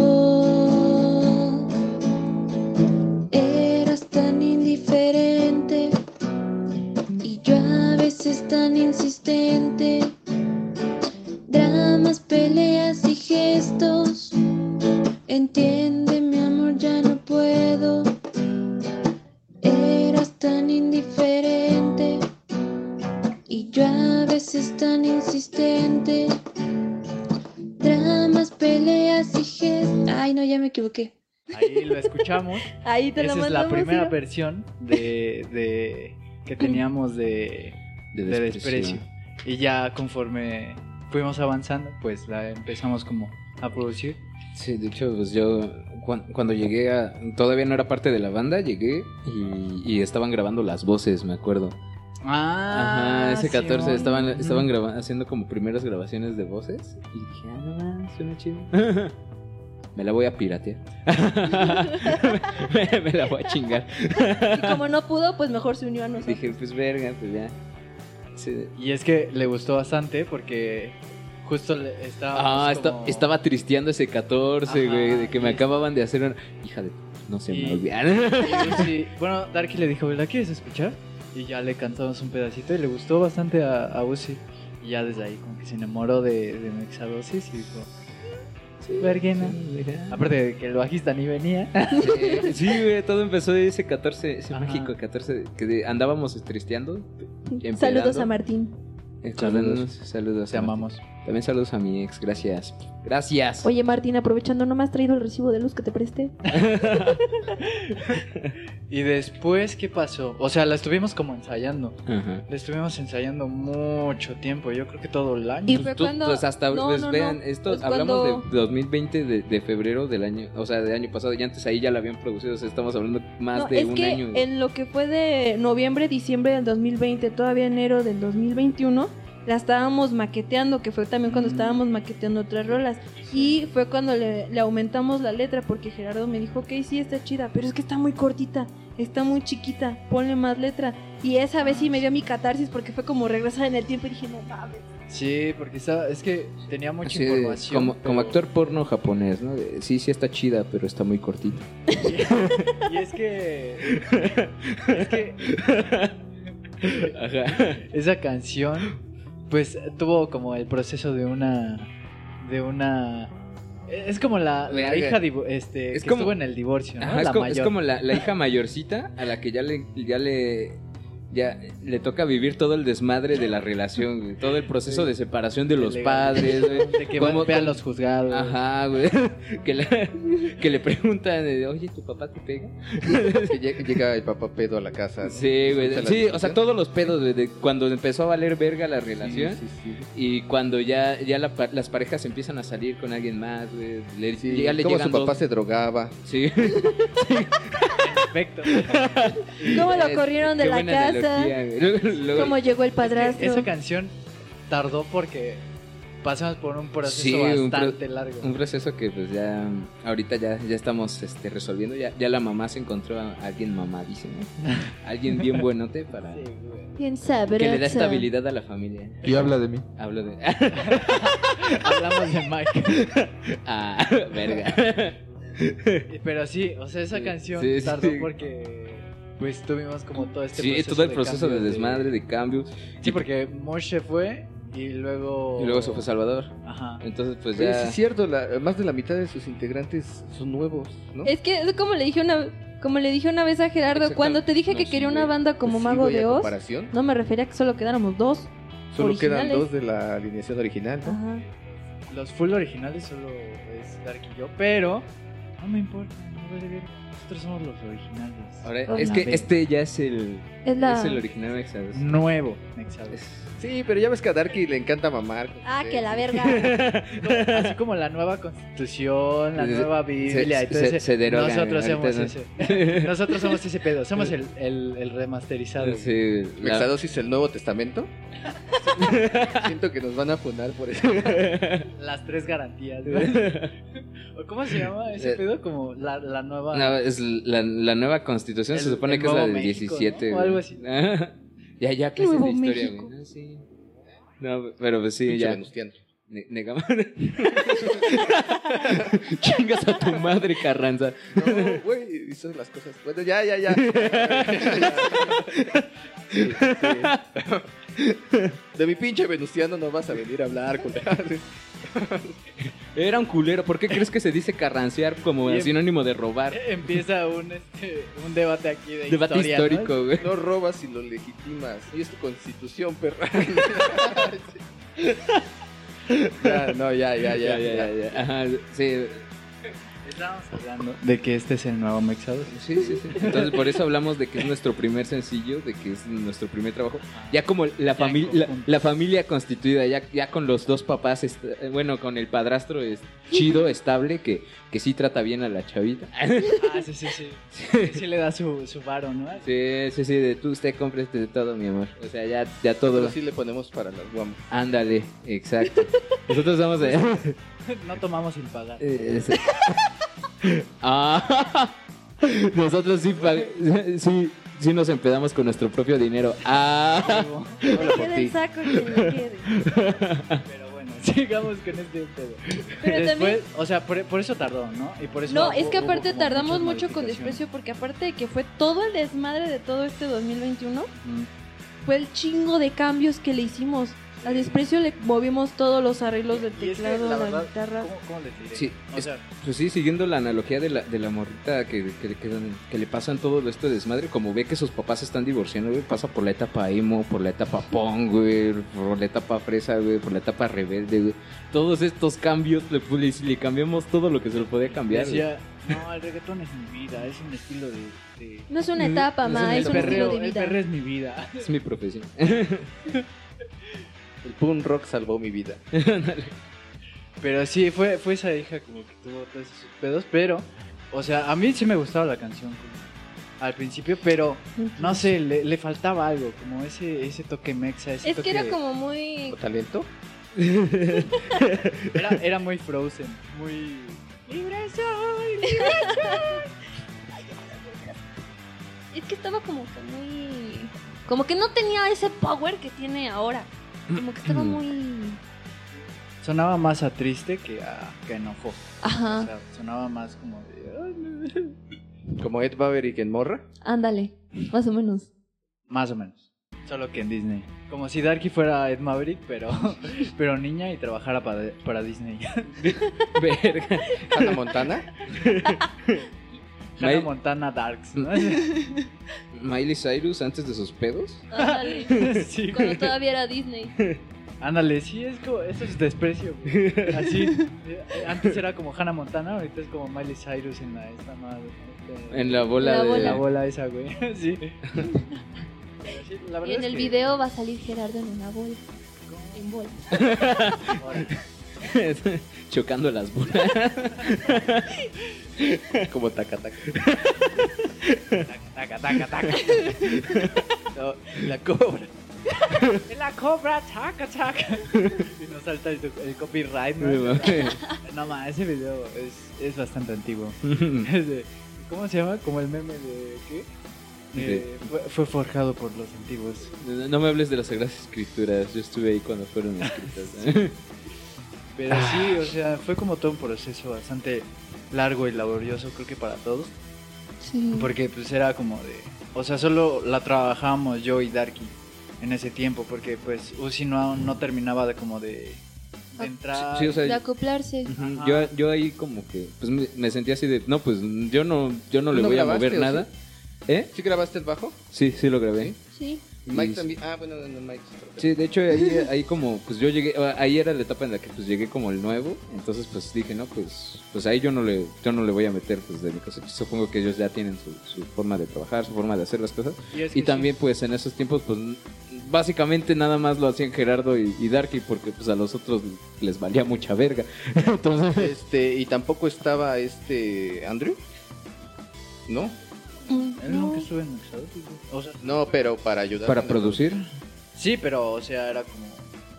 F: Eras tan indiferente y yo a veces tan insistente. Dramas, peleas y gestos. Entiende, mi amor, ya no puedo. Eras tan indiferente. es tan insistente. Dramas, peleas y gestos. Ay, no, ya me equivoqué.
D: Ahí lo escuchamos.
B: Ahí te lo
D: Esa es
B: mandamos.
D: la primera
B: Ciro.
D: versión de, de- que teníamos de,
C: De
D: de
C: desprecio.
D: desprecio. Y ya conforme fuimos avanzando, pues la empezamos como a producir.
C: Sí, de hecho, pues yo cuan- cuando llegué a... Todavía no era parte de la banda, llegué y, y estaban grabando las voces, me acuerdo. Ajá, ese 14
D: Simón.
C: estaban,
D: Ujú.
C: estaban graba- haciendo como primeras grabaciones de voces. Y dije, ah, no, mames, suena chido. me la voy a piratear. me, me la voy a chingar.
B: Y como no pudo, pues mejor se unió a nosotros.
C: Dije, pues verga, pues ya. Sí.
D: Y es que le gustó bastante porque justo le- estaba.
C: Ah,
D: pues
C: esta-
D: como-
C: estaba tristeando ese 14,
D: Ajá,
C: güey, de que me
D: y-
C: acababan de hacer una... Hija de... No se me
D: Y-
C: olvidan.
D: Y sí, bueno, Darky le dijo, ¿la quieres escuchar? Y ya le cantamos un pedacito y le gustó bastante a, a Uzi. Y ya desde ahí como que se enamoró de, de Mexadosis y dijo, verguena. Aparte de que el bajista ni venía.
C: "Ah, pues Sí, Sí, güey, todo empezó ese 14, ese
D: Ajá.
C: mágico 14, de- que de- andábamos tristeando. empedando,
B: Saludos a Martín.
C: escordándonos. Saludos.
D: Te
C: a Martín.
D: amamos.
C: También saludos a mi ex, gracias. Gracias.
B: Oye, Martín, aprovechando, ¿no me has traído el recibo de luz que te presté?
D: Y después, ¿qué pasó? O sea, la estuvimos como ensayando.
C: Ajá.
D: La estuvimos ensayando mucho tiempo, yo creo que todo el año.
B: Y
C: Pues
B: fue
C: tú-
B: cuando-
C: pues hasta
B: no,
C: pues
B: no, no.
C: vean, esto
B: Pues
C: hablamos
B: cuando-
C: de 2020 de, de febrero del año, o sea, del año pasado, y antes ahí ya la habían producido, o sea, estamos hablando más
B: No,
C: de
B: es
C: un
B: que
C: año.
B: en lo que fue de noviembre, diciembre del 2020, todavía enero del 2021, la estábamos maqueteando, que fue también cuando
D: Mm.
B: estábamos maqueteando otras rolas. Y fue cuando le, le aumentamos la letra, porque Gerardo me dijo, ok, sí, está chida, pero es que está muy cortita, está muy chiquita, ponle más letra. Y esa vez sí me dio mi catarsis, porque fue como regresar en el tiempo y dije, no mames.
D: Sí, porque estaba, es que tenía mucha
C: Así de-
D: información.
C: como, como
D: pero-
C: actor porno japonés, ¿no? De, sí, sí está chida, pero está muy cortita.
D: Y es que. Es que
C: Ajá.
D: esa canción, pues tuvo como el proceso de una. De una. Es como la, la
C: Verga.
D: hija divo- este,
C: Es
D: que
C: como-
D: estuvo en el divorcio, ¿no?
B: Ah,
C: Ajá, es,
D: la
C: como, es
D: mayor.
C: como la, la hija mayorcita a la que ya le, ya le ya le toca vivir todo el desmadre de la relación, güey, todo el proceso
D: Sí.
C: de separación de los
D: Legal.
C: padres, güey.
D: De que
C: ¿Cómo-
D: golpean
C: cómo-
D: los juzgados.
C: Ajá, güey. Que, la- que le preguntan, eh, oye, ¿tu papá te pega?
E: Que llega, llega el papá pedo a la casa. ¿no?
C: Sí, güey.
E: Escucha la
C: Sí, o
E: discusión.
C: sea, todos los pedos, güey, de cuando empezó a valer verga la relación
E: Sí, sí, sí.
C: y cuando ya, ya la pa- las parejas empiezan a salir con alguien más, güey. le-
E: Sí,
C: ya le
E: como
C: llegan
E: su papá
C: dos-
E: se drogaba.
C: Sí.
D: Perfecto.
B: ¿Cómo lo corrieron de
C: Qué
B: la
C: buena
B: casa?
C: analogía, güey. Luego-
B: ¿Cómo llegó el padrastro?
D: Esa canción tardó porque pasamos por un proceso
C: Sí, un pro-
D: bastante largo.
C: Un proceso que pues ya ahorita ya, ya estamos este, resolviendo, ya, ya la mamá se encontró a alguien mamadísimo, alguien bien buenote para
D: Sí, güey.
B: Bien
C: que
B: sabrosa.
C: le da estabilidad a la familia.
A: Y habla de mí.
C: Hablo de
D: Hablamos de Mike.
C: ah, verga.
D: Pero sí, o sea, esa canción
C: Sí, sí.
D: tardó porque pues tuvimos como todo este
C: sí,
D: proceso
C: todo el proceso de,
D: cambio
C: desmadre, de cambio.
D: Sí, porque Moshe fue y luego
C: Y luego se fue Salvador.
D: Ajá.
C: Entonces pues
E: Oye, sí
C: ya
E: es cierto, la- más de la mitad de sus integrantes son nuevos, ¿no?
B: Es que es como le dije una, como le dije una vez a Gerardo,
C: Exacto.
B: cuando te dije
C: No,
B: que
C: sí,
B: quería una
C: güey.
B: banda como
E: Sí,
B: Mago
E: güey, a
B: de Oz,
E: comparación,
B: no me refería a que solo quedáramos dos.
E: solo quedan
B: originales.
E: dos de la alineación original, ¿no?
B: Ajá.
D: Los full originales solo es Dark y yo, pero no me importa, no vale verga. Nosotros somos los originales.
C: ahora
B: Con
C: es
D: la
C: que
D: B.
C: este ya es el
B: Es la
C: es el original Mexados.
D: nuevo, ¿sabes?
E: Sí, pero ya ves que a Darky le encanta mamar.
B: Ah, que la verga.
D: Así como la nueva constitución, la
C: Se-
D: nueva Biblia y todo
C: se-
D: ese,
C: se derogan,
D: nosotros
C: ahorita
D: somos ese. Nosotros somos ese pedo, somos el, el- el remasterizado. güey.
C: Sí, la-
E: Mexadosis, el Nuevo Testamento. Siento que nos van a funar por eso.
D: Las tres garantías, ¿no? ¿O ¿Cómo se llama ese
C: Eh,
D: pedo? Como la, la nueva.
C: No, es la, la nueva constitución, se
D: El-
C: supone
D: el
C: que es la
D: nuevo
C: del
D: México,
C: 17.
D: ¿no? O
C: güey.
D: algo así.
C: ya, ya, clases de
B: Nuevo
C: historia,
B: México.
C: güey. Ah, sí. No, pero pues sí,
E: Pinche
C: ya.
E: Venustiano.
C: Ne- Negamos. Chingas a tu madre, Carranza.
E: No, güey, hizo las cosas. Bueno, ya, ya, Este, ya. Sí, sí. De mi pinche Venustiano no vas a venir a hablar, compadre.
C: Era un culero. ¿Por qué crees que se dice carrancear como
D: Bien.
C: sinónimo de robar?
D: Eh, Empieza un, este, un debate aquí de
C: Debate
D: historia, ¿no?
C: histórico, güey.
E: No robas y lo legitimas. Y es tu constitución, perra. ya, no, ya, ya, ya, ya.
C: ya. Ajá, sí,
D: Estábamos hablando de que este es el nuevo Mexados.
C: sí, sí, sí. Entonces, por eso hablamos de que es nuestro primer sencillo, de que es nuestro primer trabajo. Ya como la, familia la,
D: conjunto.
C: la familia constituida, ya, ya con los dos papás, est- eh, bueno, con el padrastro es chido, estable, que, que sí trata bien a la chavita.
D: Ah, sí, sí, sí. Sí, sí le da su, su varo, ¿no?
C: Sí, sí, sí, de tú, usted cómprate de todo, mi amor. O sea, ya, ya todo.
E: Pero sí le ponemos para las guamas.
C: Ándale, exacto. Nosotros vamos a...
D: No tomamos sin pagar.
C: Eh, ese- Ah, nosotros sí, pa- sí, sí nos empedamos con nuestro propio dinero. Ah,
D: Pero
E: Habla por
B: Queda
E: ti.
B: el saco y quien lo quede.
D: pero bueno, sigamos con este pedo.
B: Pero
D: Después,
B: también-
D: o sea, por, por eso tardó, ¿no? Y por eso
B: No,
D: hubo-
B: es que
D: hubo
B: aparte
D: como
B: tardamos
D: muchas
B: mucho con
D: modificaciones.
B: desprecio porque aparte de que fue todo el desmadre de todo este 2021,
D: Mm.
B: fue el chingo de cambios que le hicimos. A desprecio le movimos todos los arreglos del
D: Y es que,
B: teclado,
D: la
B: la,
D: verdad,
B: guitarra.
D: ¿Cómo, cómo les diré?
C: Sí,
D: o
C: es-
D: sea,
C: pues sí, siguiendo la analogía de la, de la morrita que, que, que- que le pasan todo esto de desmadre, como ve que sus papás se están divorciando, güey, pasa por la etapa emo, por la etapa punk, güey, por la etapa fresa, güey, por la etapa rebelde, güey. Todos estos cambios, le, le, le cambiamos todo lo que se le podía cambiar. güey.
D: decía, no, el reggaetón es mi vida, es un estilo de... de-
B: No es una etapa,
C: No es
B: ma,
C: una
B: es
D: el
B: un
C: etapa.
D: perreo,
B: estilo de
D: el
B: vida.
D: perreo es mi vida.
C: Es mi profesión.
E: El punk rock salvó mi vida.
D: Pero sí, fue, fue esa hija como que tuvo todos esos pedos, pero, o sea, a mí sí me gustaba la canción como al principio, pero no sé, le, le faltaba algo, como ese, ese toque mexa, ese
B: Es que
D: toque-
B: era como muy...
E: ¿O talento?
D: era, era muy frozen, muy...
B: Libre soy, libre soy. Es que estaba como que muy... Como que no tenía ese power que tiene ahora. Como que estaba muy...
D: Sonaba más a triste que a que a enojo. O
B: Ajá,
D: sea, sonaba más como de... "Ay, no".
E: Como Ed Maverick en Morra.
B: ándale, más o menos.
D: Más o menos. Solo que en Disney. Como si Darky fuera Ed Maverick, pero, pero niña y trabajara para, para Disney.
C: Verga.
E: Hannah Montana.
D: Hannah
C: May-
D: Montana Darks, ¿no?
C: Miley Cyrus antes de sus pedos.
B: Ándale,
D: Sí, güey.
B: cuando todavía era Disney.
D: Ándale, sí, es como, eso es desprecio. güey. Así, eh, antes era como Hannah Montana, ahorita es como Miley Cyrus en la esta madre. este,
C: En la bola
B: La
C: de.
D: la
B: bola.
D: bola esa, güey. Sí. Pero sí, la
B: Y
D: verdad
B: en
D: es
B: el
D: que-
B: video va a salir Gerardo en una bola. En bola.
D: Ahora,
C: Chocando las bolas.
E: Como Takataka.
D: Taca, taca, taca. No, y la cobra. Y la cobra, taca, taca. Y nos salta el, el copyright, ¿no? No, ma, ese video es, es bastante antiguo. Es de- ¿Cómo se llama? Como el meme de qué? Eh, fue, fue forjado por los antiguos.
C: no me hables de las Sagradas Escrituras. Yo estuve ahí cuando fueron escritas. ¿eh?
D: Pero sí,
C: Ah.
D: o sea, fue como todo un proceso bastante largo y laborioso, creo que para todos.
B: Sí.
D: Porque pues era como de... O sea, solo la trabajábamos yo y Darky en ese tiempo, porque pues Uzi no, no terminaba de como de, de entrar.
C: Sí, o sea,
B: De acoplarse.
C: ujú, yo, yo ahí como que. Pues me, me sentí así de. No, pues yo no, yo no le
E: ¿No
C: voy a
E: grabaste
C: mover
E: o
C: nada. ¿Eh?
E: ¿Sí grabaste el bajo?
C: Sí, sí lo grabé.
B: Sí.
E: Mike
C: Y-
E: también. Ah, bueno, no, no, Mike. es otro.
C: Sí, de hecho ahí, ahí como, pues yo llegué, ahí era la etapa en la que pues llegué como el nuevo, entonces pues dije, no, pues, pues ahí yo no le, yo no le voy a meter pues de mi cosa. Supongo que ellos ya tienen su, su forma de trabajar, su forma de hacer las cosas.
D: y es que
C: Y también pues en esos tiempos pues básicamente nada más lo hacían Gerardo y, y Darky porque pues a los otros les valía mucha verga. Entonces,
E: Este, y tampoco estaba este. ¿Andrew? ¿No?
B: Mm,
D: sí, él
B: no.
D: nunca estuvo en Mexado, güey. O sea,
E: No, pero para ayudar.
C: para
E: en la
C: producir,
D: sí, pero o sea, era como...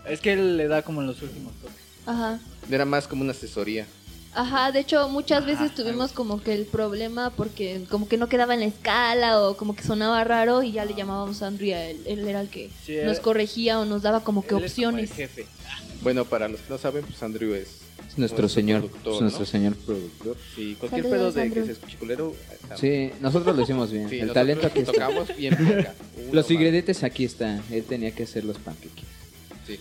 D: Es que él le da como los últimos toques.
B: Ajá.
E: producción. Era más como una asesoría.
B: Ajá, de hecho muchas veces
D: Ajá.
B: tuvimos como que el problema porque como que no quedaba en la escala o como que sonaba raro y ya le llamábamos a Andrea, él, él era el que
D: Sí,
B: nos
D: él-
B: corregía o nos daba como que
D: Él es como el
B: opciones.
D: jefe.
E: Bueno, para los que no saben, pues Andrew es.
C: es nuestro señor,
E: productor,
C: es nuestro
E: ¿no?
C: señor productor.
E: Sí, cualquier
B: Saludos,
E: pedo de
B: Andrew.
E: que se escuche culero. ahí está.
C: Sí, nosotros lo hicimos bien.
E: Sí,
C: el
E: nosotros
C: talento que
E: tocamos bien verga. Uno
C: Los
E: más.
C: ingredientes aquí están, él tenía que hacer los pancakes.
E: Sí.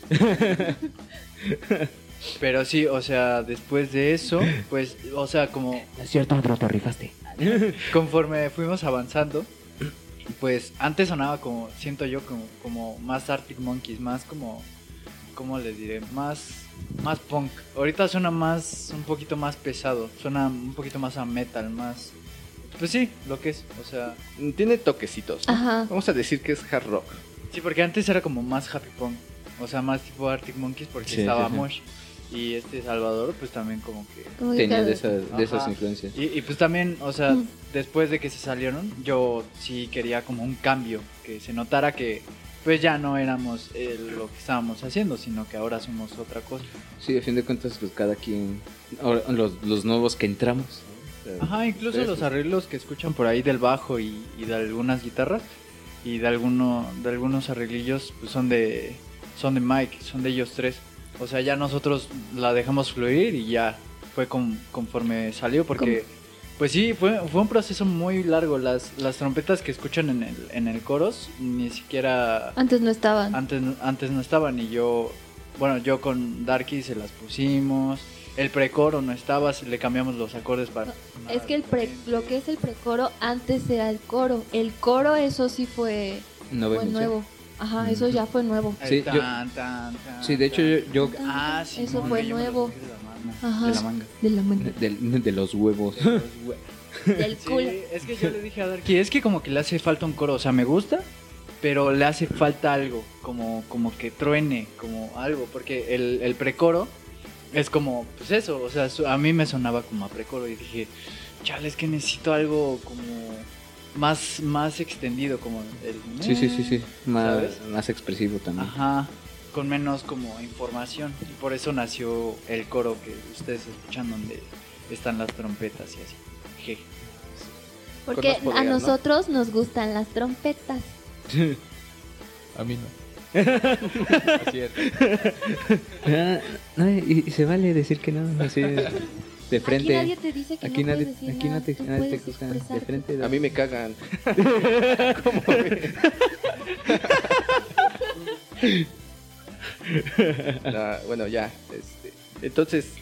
D: Pero sí, o sea, después de eso, pues, o sea, como
G: Es cierto, pero te rifaste.
D: conforme fuimos avanzando, pues antes sonaba como, siento yo, como, como más Arctic Monkeys, más como, ¿cómo les diré? Más, más punk. Ahorita suena más, un poquito más pesado, suena un poquito más a metal, más... Pues sí, lo que es, o sea...
E: Tiene toquecitos. ¿no?
F: Ajá.
E: Vamos a decir que es hard rock.
D: Sí, porque antes era como más happy punk, o sea, más tipo Arctic Monkeys porque
C: Sí,
D: estaba
C: sí, sí.
D: Mosh. Y este Salvador, pues también como que...
F: Como que
C: Tenía
F: cada-
C: de esas, de esas
D: Ajá.
C: influencias.
D: Y, y pues también, o sea,
F: Mm.
D: después de que se salieron, yo sí quería como un cambio, que se notara que pues ya no éramos eh, lo que estábamos haciendo, sino que ahora somos otra cosa.
C: Sí, a fin de cuentas, pues cada quien. ahora, los, los nuevos que entramos. ¿no? O sea,
D: Ajá, incluso
C: ustedes,
D: los
C: pues,
D: arreglos que escuchan por ahí del bajo y, y de algunas guitarras y de, alguno, de algunos arreglillos pues son de, son de Mike, son de ellos tres. O sea, ya nosotros la dejamos fluir y ya fue con- conforme salió porque... Pues sí, fue, fue un proceso muy largo. Las, las trompetas que escuchan en el, en el coros ni siquiera
F: Antes no estaban.
D: antes, antes no estaban y yo, bueno, yo con Darky se las pusimos. El precoro no estaba, se- le cambiamos los acordes para...
F: Es que el pre- lo que es el precoro antes era el coro. El coro eso sí fue,
C: nueva
F: fue
C: invención.
F: nuevo.
C: Mm.
F: Ajá, eso ya fue nuevo.
D: El
C: Sí, yo-
D: tan, tan, tan,
C: Sí, de hecho, yo. yo-
D: Ah, sí,
F: Eso
D: no,
F: fue
D: no, yo me los
F: nuevo.
D: saqué de la manga,
F: Ajá.
D: De la manga.
F: De la mano.
C: de, de los huevos.
F: Del
D: Sí,
F: culo.
D: es que yo le dije a Darky, es que como que le hace falta un coro, o sea, me gusta, pero le hace falta algo, como, como que truene, como algo, porque el, el precoro es como, pues eso, o sea, su- a mí me sonaba como a precoro y dije, chale, es que necesito algo como más, más extendido, como el...
C: Sí, sí, sí, sí. Más,
D: ¿Sabes?
C: más expresivo también.
D: Ajá, con menos como información, y por eso nació el coro que ustedes escuchan donde están las trompetas y así. Jeje.
F: Porque
E: Con más
F: a
E: poder, ¿no?
F: nosotros nos gustan las trompetas.
A: A mí no. Es cierto.
C: Ah, no, y, y se vale decir que no, así de
F: Aquí
C: frente.
F: nadie te dice que
C: Aquí
F: no
C: nadie,
F: puedes decir
C: aquí
F: nada.
C: no te,
F: Tú
C: nadie te
F: puedes
C: juzga, de
F: expresarte.
C: frente. de-
E: A mí me cagan. La- bueno, ya. este, entonces,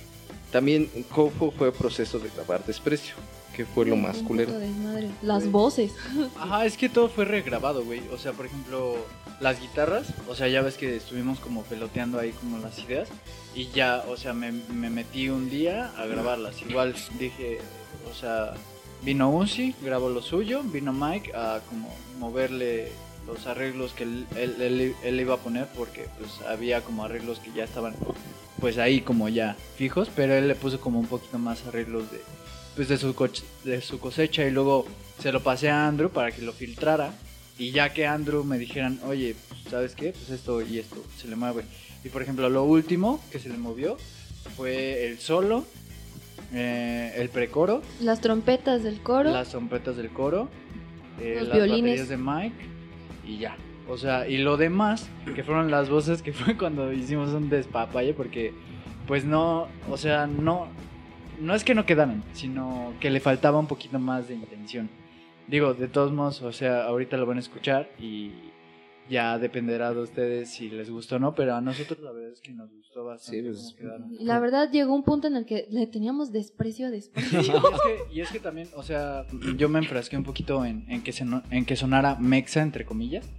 E: también Cojo fue proceso de grabar Desprecio, que fue lo más
F: Un
E: culero.
F: puto desmadre.
B: Las voces.
D: Ajá, es que todo fue regrabado, güey. O sea, por ejemplo, las guitarras. O sea, ya ves que estuvimos como peloteando ahí como las ideas. Y ya, o sea, me, me metí un día a grabarlas. Igual dije, o sea, vino Uzi, grabó lo suyo. Vino Mike a como moverle los arreglos que él, él, él- él iba a poner. Porque pues había como arreglos que ya estaban pues ahí como ya fijos. Pero él le puso como un poquito más arreglos de, pues de su, coche- de su cosecha y luego se lo pasé a Andrew para que lo filtrara y ya que Andrew me dijeran, oye, pues, ¿sabes qué? Pues esto y esto se le mueve. Y por ejemplo, lo último que se le movió fue el solo, eh, el precoro,
B: Las trompetas del coro.
D: las trompetas del coro, eh,
B: Los
D: las
B: violines.
D: baterías de Mike y ya. O sea, y lo demás, que fueron las voces, que fue cuando hicimos un despapalle, porque pues no, o sea, no, no es que no quedaran, sino que le faltaba un poquito más de intención. Digo, de todos modos, o sea, ahorita lo van a escuchar y ya dependerá de ustedes si les gustó o no, pero a nosotros la verdad es que nos gustó bastante.
C: Sí, pues,
D: cómo quedaron.
F: La verdad llegó un punto en el que le teníamos desprecio a desprecio.
D: Sí, y, es que, y es que también, o sea, yo me enfrasqué un poquito en, en que, se no- en que sonara mexa, entre comillas,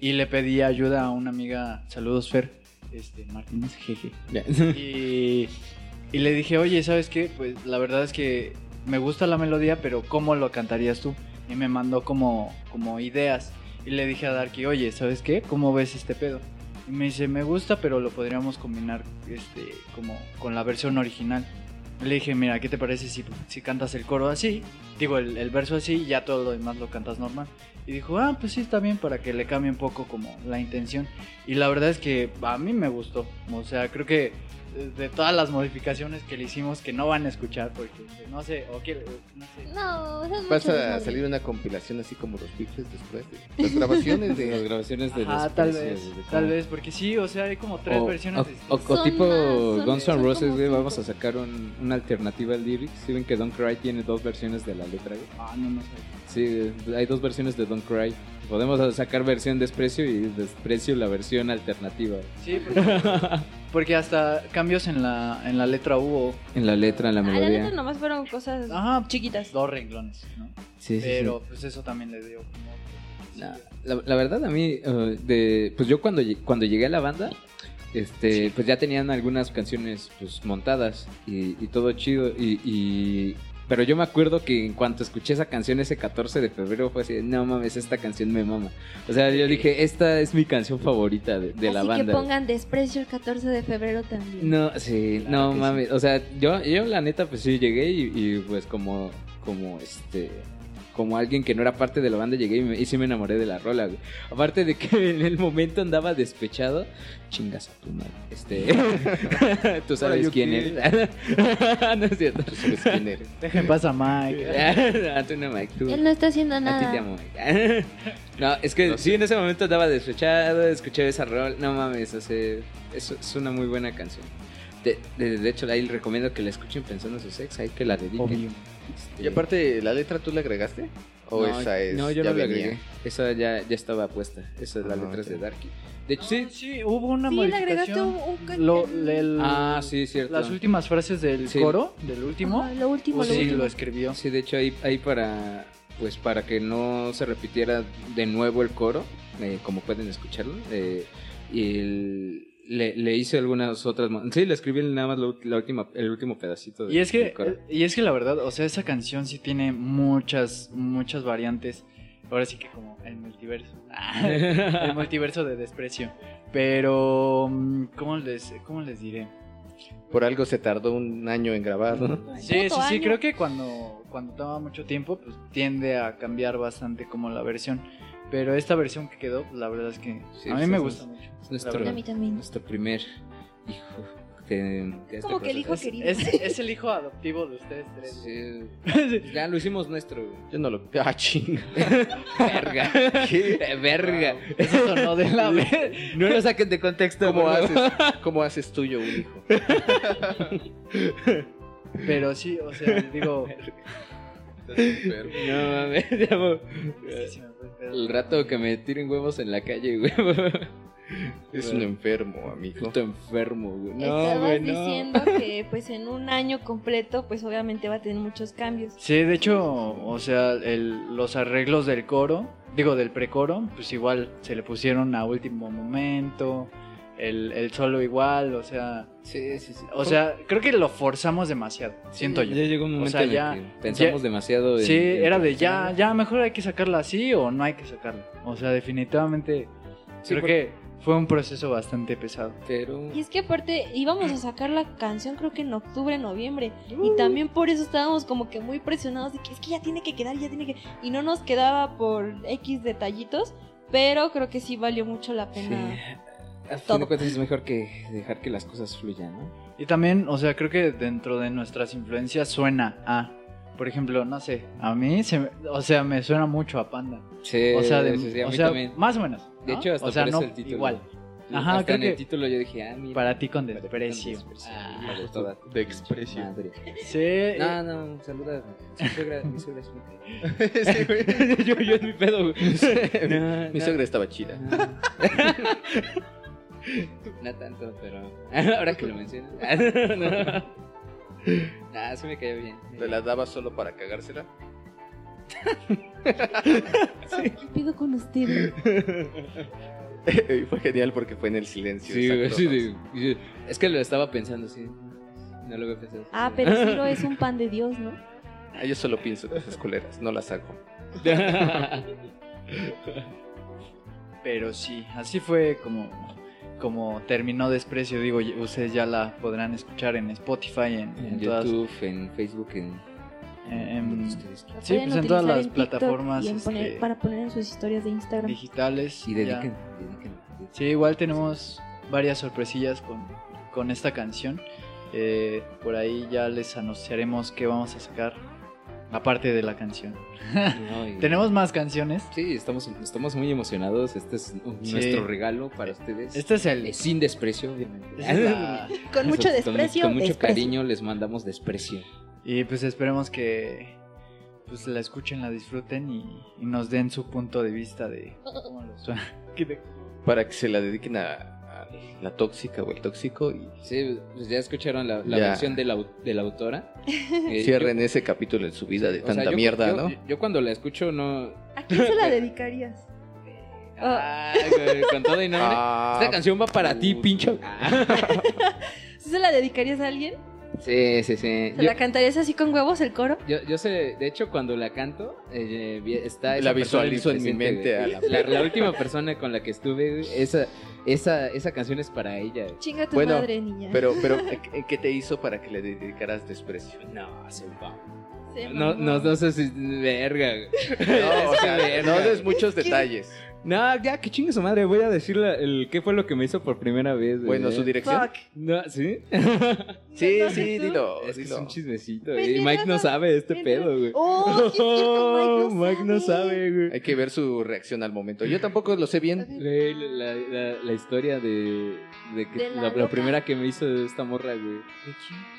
D: y le pedí ayuda a una amiga, saludos Fer, este, Martínez, jeje.
C: Ya.
D: Y, y le dije, oye, ¿sabes qué? Pues la verdad es que me gusta la melodía, pero ¿cómo lo cantarías tú? Y me mandó como, como ideas. Y le dije a Darky, oye, ¿sabes qué? ¿Cómo ves este pedo? Y me dice, me gusta, pero lo podríamos combinar este, como con la versión original. Le dije, mira, ¿qué te parece si, si cantas el coro así? Digo, el, el verso así y ya todo lo demás lo cantas normal. Y dijo, ah, pues sí, está bien para que le cambie un poco como la intención. Y la verdad es que a mí me gustó. O sea, creo que eh, de todas las modificaciones que le hicimos que no van a escuchar porque eh, no sé, o quiero, eh, no sé.
F: No, es
E: Vas
F: mucho
E: a
F: desmadre.
E: salir una compilación así como los Beatles después de las grabaciones
C: Las
E: de...
C: grabaciones de
D: Ajá,
C: Desprecio,
D: tal
C: de
D: vez,
C: cómo-
D: tal vez, porque sí, o sea, hay como tres
C: O,
D: versiones
C: o- o-
D: distintas.
C: o
F: Son
C: tipo
F: más, son-
C: Guns N'
F: son
C: Roses,
F: como
C: güey, vamos a
F: cinco.
C: sacar un- una alternativa al lyrics. Si ven que Don't Cry tiene dos versiones de la letra, güey.
D: Ah, no, no sé.
C: Sí, hay dos versiones de Don't Cry. Podemos sacar versión desprecio y desprecio la versión alternativa.
D: Sí, porque, porque hasta cambios en la, en la letra hubo.
C: En la letra, en la
B: Ah, la neta
C: melodía.
B: nomás fueron cosas
D: Ajá,
B: chiquitas.
D: dos renglones, ¿no?
C: Sí, sí, sí.
D: Pero pues eso también le dio como... pues,
C: Nah, La, la verdad a mí, eh, de, pues yo cuando, lleg- cuando llegué a la banda, este, pues ya tenían algunas canciones pues, montadas y, y todo chido. Y, y- pero yo me acuerdo que en cuanto escuché esa canción ese 14 de febrero fue así, de, no mames, esta canción me mama. O sea, yo dije, esta es mi canción favorita de, de la
B: Así
C: banda.
B: que pongan desprecio el 14 de febrero también.
C: No, sí,
D: Claro
C: no
D: que sí.
C: mames. O sea, yo, yo la neta, pues sí, llegué y, y, pues como, como este, como alguien que no era parte de la banda, llegué y, me- y sí me enamoré de la rola, güey. Aparte de que en el momento andaba despechado, chingas a tu madre. Este, tú sabes
E: Yuki.
C: quién eres. no es cierto.
E: Tú sabes quién eres.
D: Dejen pasa Mike.
C: Ah, tú no, Mike, tú.
B: Él no está haciendo
C: A ti te
B: nada.
C: amo, Mike. No, es que
A: No
C: sí, en ese momento andaba despechado, escuché esa rol. No mames, o sea, es, es una muy buena canción. De, de- de hecho, ahí recomiendo que la escuchen pensando en su sex, ahí que la dediquen.
D: Obvio.
C: Este,
E: Y aparte, ¿la letra tú la agregaste? ¿O
C: no,
E: esa es?
C: No, yo
E: ya
C: no la
E: venía?
C: agregué. Esa ya, ya estaba puesta. Esa es la
E: Ah,
C: letra
E: ok.
C: de Darky. De hecho,
D: Sí,
C: sí.
D: sí, hubo una
B: Sí, le agregaste un,
D: modificación.
B: un ca-
D: Lo- el-
C: Ah, sí, cierto.
D: Las últimas frases del
C: Sí.
D: coro, del último.
B: Ajá, lo último,
D: pues
B: lo
D: sí,
B: último.
D: lo escribió.
C: Sí, de hecho ahí, ahí para pues para que no se repitiera de nuevo el coro, eh, como pueden escucharlo, eh, y el- le, le hice algunas otras, mo- sí, le escribí nada más la, ult- la última, el último pedacito de-
D: Y es que, eh,
C: del coro.
D: y es que la verdad, o sea, esa canción sí tiene muchas, muchas variantes. Ahora sí que como el multiverso. el multiverso de desprecio. Pero, mm, ¿cómo les, cómo les diré?
E: Por algo se tardó un año en grabar, ¿no?
D: Sí, sí,
B: puto
D: sí,
B: año.
D: creo que cuando, cuando toma mucho tiempo, pues tiende a cambiar bastante como la versión. Pero esta versión que quedó, pues, la verdad es que
C: Sí,
D: a mí
C: sí,
D: me
C: sí.
D: gusta mucho.
C: Es nuestro,
B: A mí también.
C: nuestro primer hijo. de- de este
B: Como que el hijo
C: proceso.
B: querido.
D: Es, es el hijo adoptivo de ustedes tres.
C: Sí, ya lo hicimos nuestro. güey.
E: Yo no lo... ¡Ah, chinga!
C: Verga. Verga.
D: Wow, Eso sonó de la vez.
C: No lo saquen de contexto.
E: ¿Cómo
C: por favor.
E: haces, ¿Cómo haces tuyo un hijo?
D: Pero sí, o sea, digo.
C: No mames, ya voy.
D: es que se me fue el pedo.
C: Eh, El rato que me tiren huevos en la calle, güey.
E: Es un enfermo, amigo.
C: Puto enfermo, güey. No,
B: Estabas
C: güey, no.
B: diciendo que pues en un año completo pues obviamente va a tener muchos cambios.
D: Sí, de hecho, o sea, el- los arreglos del coro, digo, del precoro, pues igual se le pusieron a último momento. El, el solo igual, o sea.
C: Sí, sí, sí.
D: O sea, creo que lo forzamos demasiado, siento yo.
C: Ya llegó un momento
D: sea,
C: en el
D: ya-
C: que pensamos
D: ya-
C: demasiado. en-
D: Sí,
C: en-
D: era de ya, ya mejor hay que sacarla así o no hay que sacarla. O sea, definitivamente
C: Sí,
D: creo
C: por-
D: que fue un proceso bastante pesado.
C: Pero.
B: Y es que aparte íbamos a sacar la canción creo que en octubre, noviembre. Y también por eso estábamos como que muy presionados de que es que ya tiene que quedar, ya tiene que... Y no nos quedaba por X detallitos, pero creo que sí valió mucho la
C: Sí.
B: pena.
C: Al fin de
B: Todo.
C: cuentas es mejor que dejar que las cosas fluyan, ¿no?
D: Y también, o sea, creo que dentro de nuestras influencias suena a, por ejemplo, no sé, a mí, se me- o sea, me suena mucho a Panda.
C: Sí,
D: O sea, de-
C: Eh, sí, sí, a
D: o
C: mí
D: sea,
C: también.
D: más o menos.
C: De
D: ¿no?
C: hecho, hasta
D: o sea,
C: por eso
D: no,
C: el título.
D: igual. Ajá,
C: Ajá, hasta
D: creo
C: en el
D: que-
C: título yo dije, ah, mira.
D: Para ti con
C: para ti con
D: desprecio.
C: desprecio,
D: Ah,
C: hijo de toda tu
A: De exprecio.
C: madre.
D: sí.
C: No, no, saluda. Mi suegra, mi suegra es mi
E: Sí, güey.
C: yo, yo es mi pedo, güey.
E: Mi suegra estaba chida.
C: No tanto, pero ahora que lo mencionas. no. Nah, sí me cayó bien.
E: ¿Te la daba solo para cagársela?
B: ¿Qué pido con ustedes?
E: y fue genial porque fue en el silencio.
C: Sí, güey,
E: exacto,
C: sí,
E: ¿no?
C: de- y- Es que lo estaba pensando, sí. No lo había pensado.
B: Ah, pero Ciro es un pan de Dios, ¿no?
E: Ah, yo solo pienso en esas culeras, no las hago.
D: Pero sí, así fue como, como terminó Desprecio. Digo, y- ustedes ya la podrán escuchar en Spotify, en, en
C: En
D: todas.
C: YouTube, Este. en Facebook, en.
D: en-
C: ustedes.
B: La
D: Sí,
B: pueden
D: pues en todas
B: utilizar
D: las
B: TikTok
D: plataformas,
B: y en poner-
D: este,
B: para poner en sus historias de Instagram.
D: digitales.
C: Y
D: ya.
C: dediquen. dediquen.
D: Sí, igual tenemos varias sorpresillas con, con esta canción. Eh, por ahí ya les anunciaremos qué vamos a sacar, aparte de la canción.
C: No, y-
D: Tenemos más canciones.
C: Sí, estamos, estamos muy emocionados. Este es un-
D: Sí.
C: nuestro regalo para ustedes.
D: Este es el...
C: Eh, Sin desprecio, obviamente.
D: esta es la-
B: Ah, Con mucho
C: Nosotros
B: desprecio. este,
C: Con, mucho
B: desprecio.
C: cariño les mandamos desprecio.
D: Y pues esperemos que... pues la escuchen, la disfruten y, y nos den su punto de vista de cómo lo suena.
E: Para que se la dediquen a, a la tóxica o el tóxico y
C: Sí, pues ya escucharon la, la
E: Ya.
C: versión de la, au- de la autora. Eh,
E: cierren ese capítulo en su vida de
C: yo- o sea,
E: tanta
C: yo-
E: mierda,
C: yo-
E: ¿no?
C: Yo, yo cuando la escucho no...
B: ¿A quién se la dedicarías? Oh.
C: Ay, güey, con todo y nombre.
E: Ah,
C: Esta canción va para ti,
E: puta.
C: pincho.
B: ¿Sí se la dedicarías a alguien?
C: Sí, sí, sí.
B: ¿Se
C: Yo,
B: la cantarías así con huevos el coro?
C: yo- yo sé, de hecho, cuando la canto, eh, vi- está. esa
E: La
C: persona
E: visualizo en mi
C: presente,
E: mente
C: güey. La, la última persona con la que estuve, güey, esa, esa, esa canción es para ella. güey.
B: Chinga tu
E: Bueno,
B: madre, niña.
E: Pero, pero, ¿qué- ¿qué te hizo para que le dedicaras desprecio?
C: No, se va.
B: Se
C: No,
B: mamó.
C: no, no sé si. Verga, güey.
E: No, o
C: Es que
E: sea,
C: verga,
E: no des
C: güey.
E: muchos
B: que-
E: detalles.
C: No, ya, que chingue su madre. Voy a decir la- el, qué fue lo que me hizo por primera vez. güey. ¿eh?
E: Bueno, su dirección.
B: Fuck.
C: No, ¿sí?
E: Sí,
B: Entonces
E: sí,
B: tú-
D: Oh,
E: dilo.
C: es que es
E: dilo.
C: un chismecito,
B: Pues
C: güey. Y
B: mientras
C: Mike no
B: no-
C: sabe este
B: mientras-
C: pedo, güey.
B: Oh, sí es cierto,
C: Mike no sabe, güey.
E: Hay que ver su reacción al momento. Yo tampoco lo sé bien.
C: Güey, la, la- la historia de, de que
B: De la
C: la, la
B: loca.
C: primera que me hizo esta morra, güey.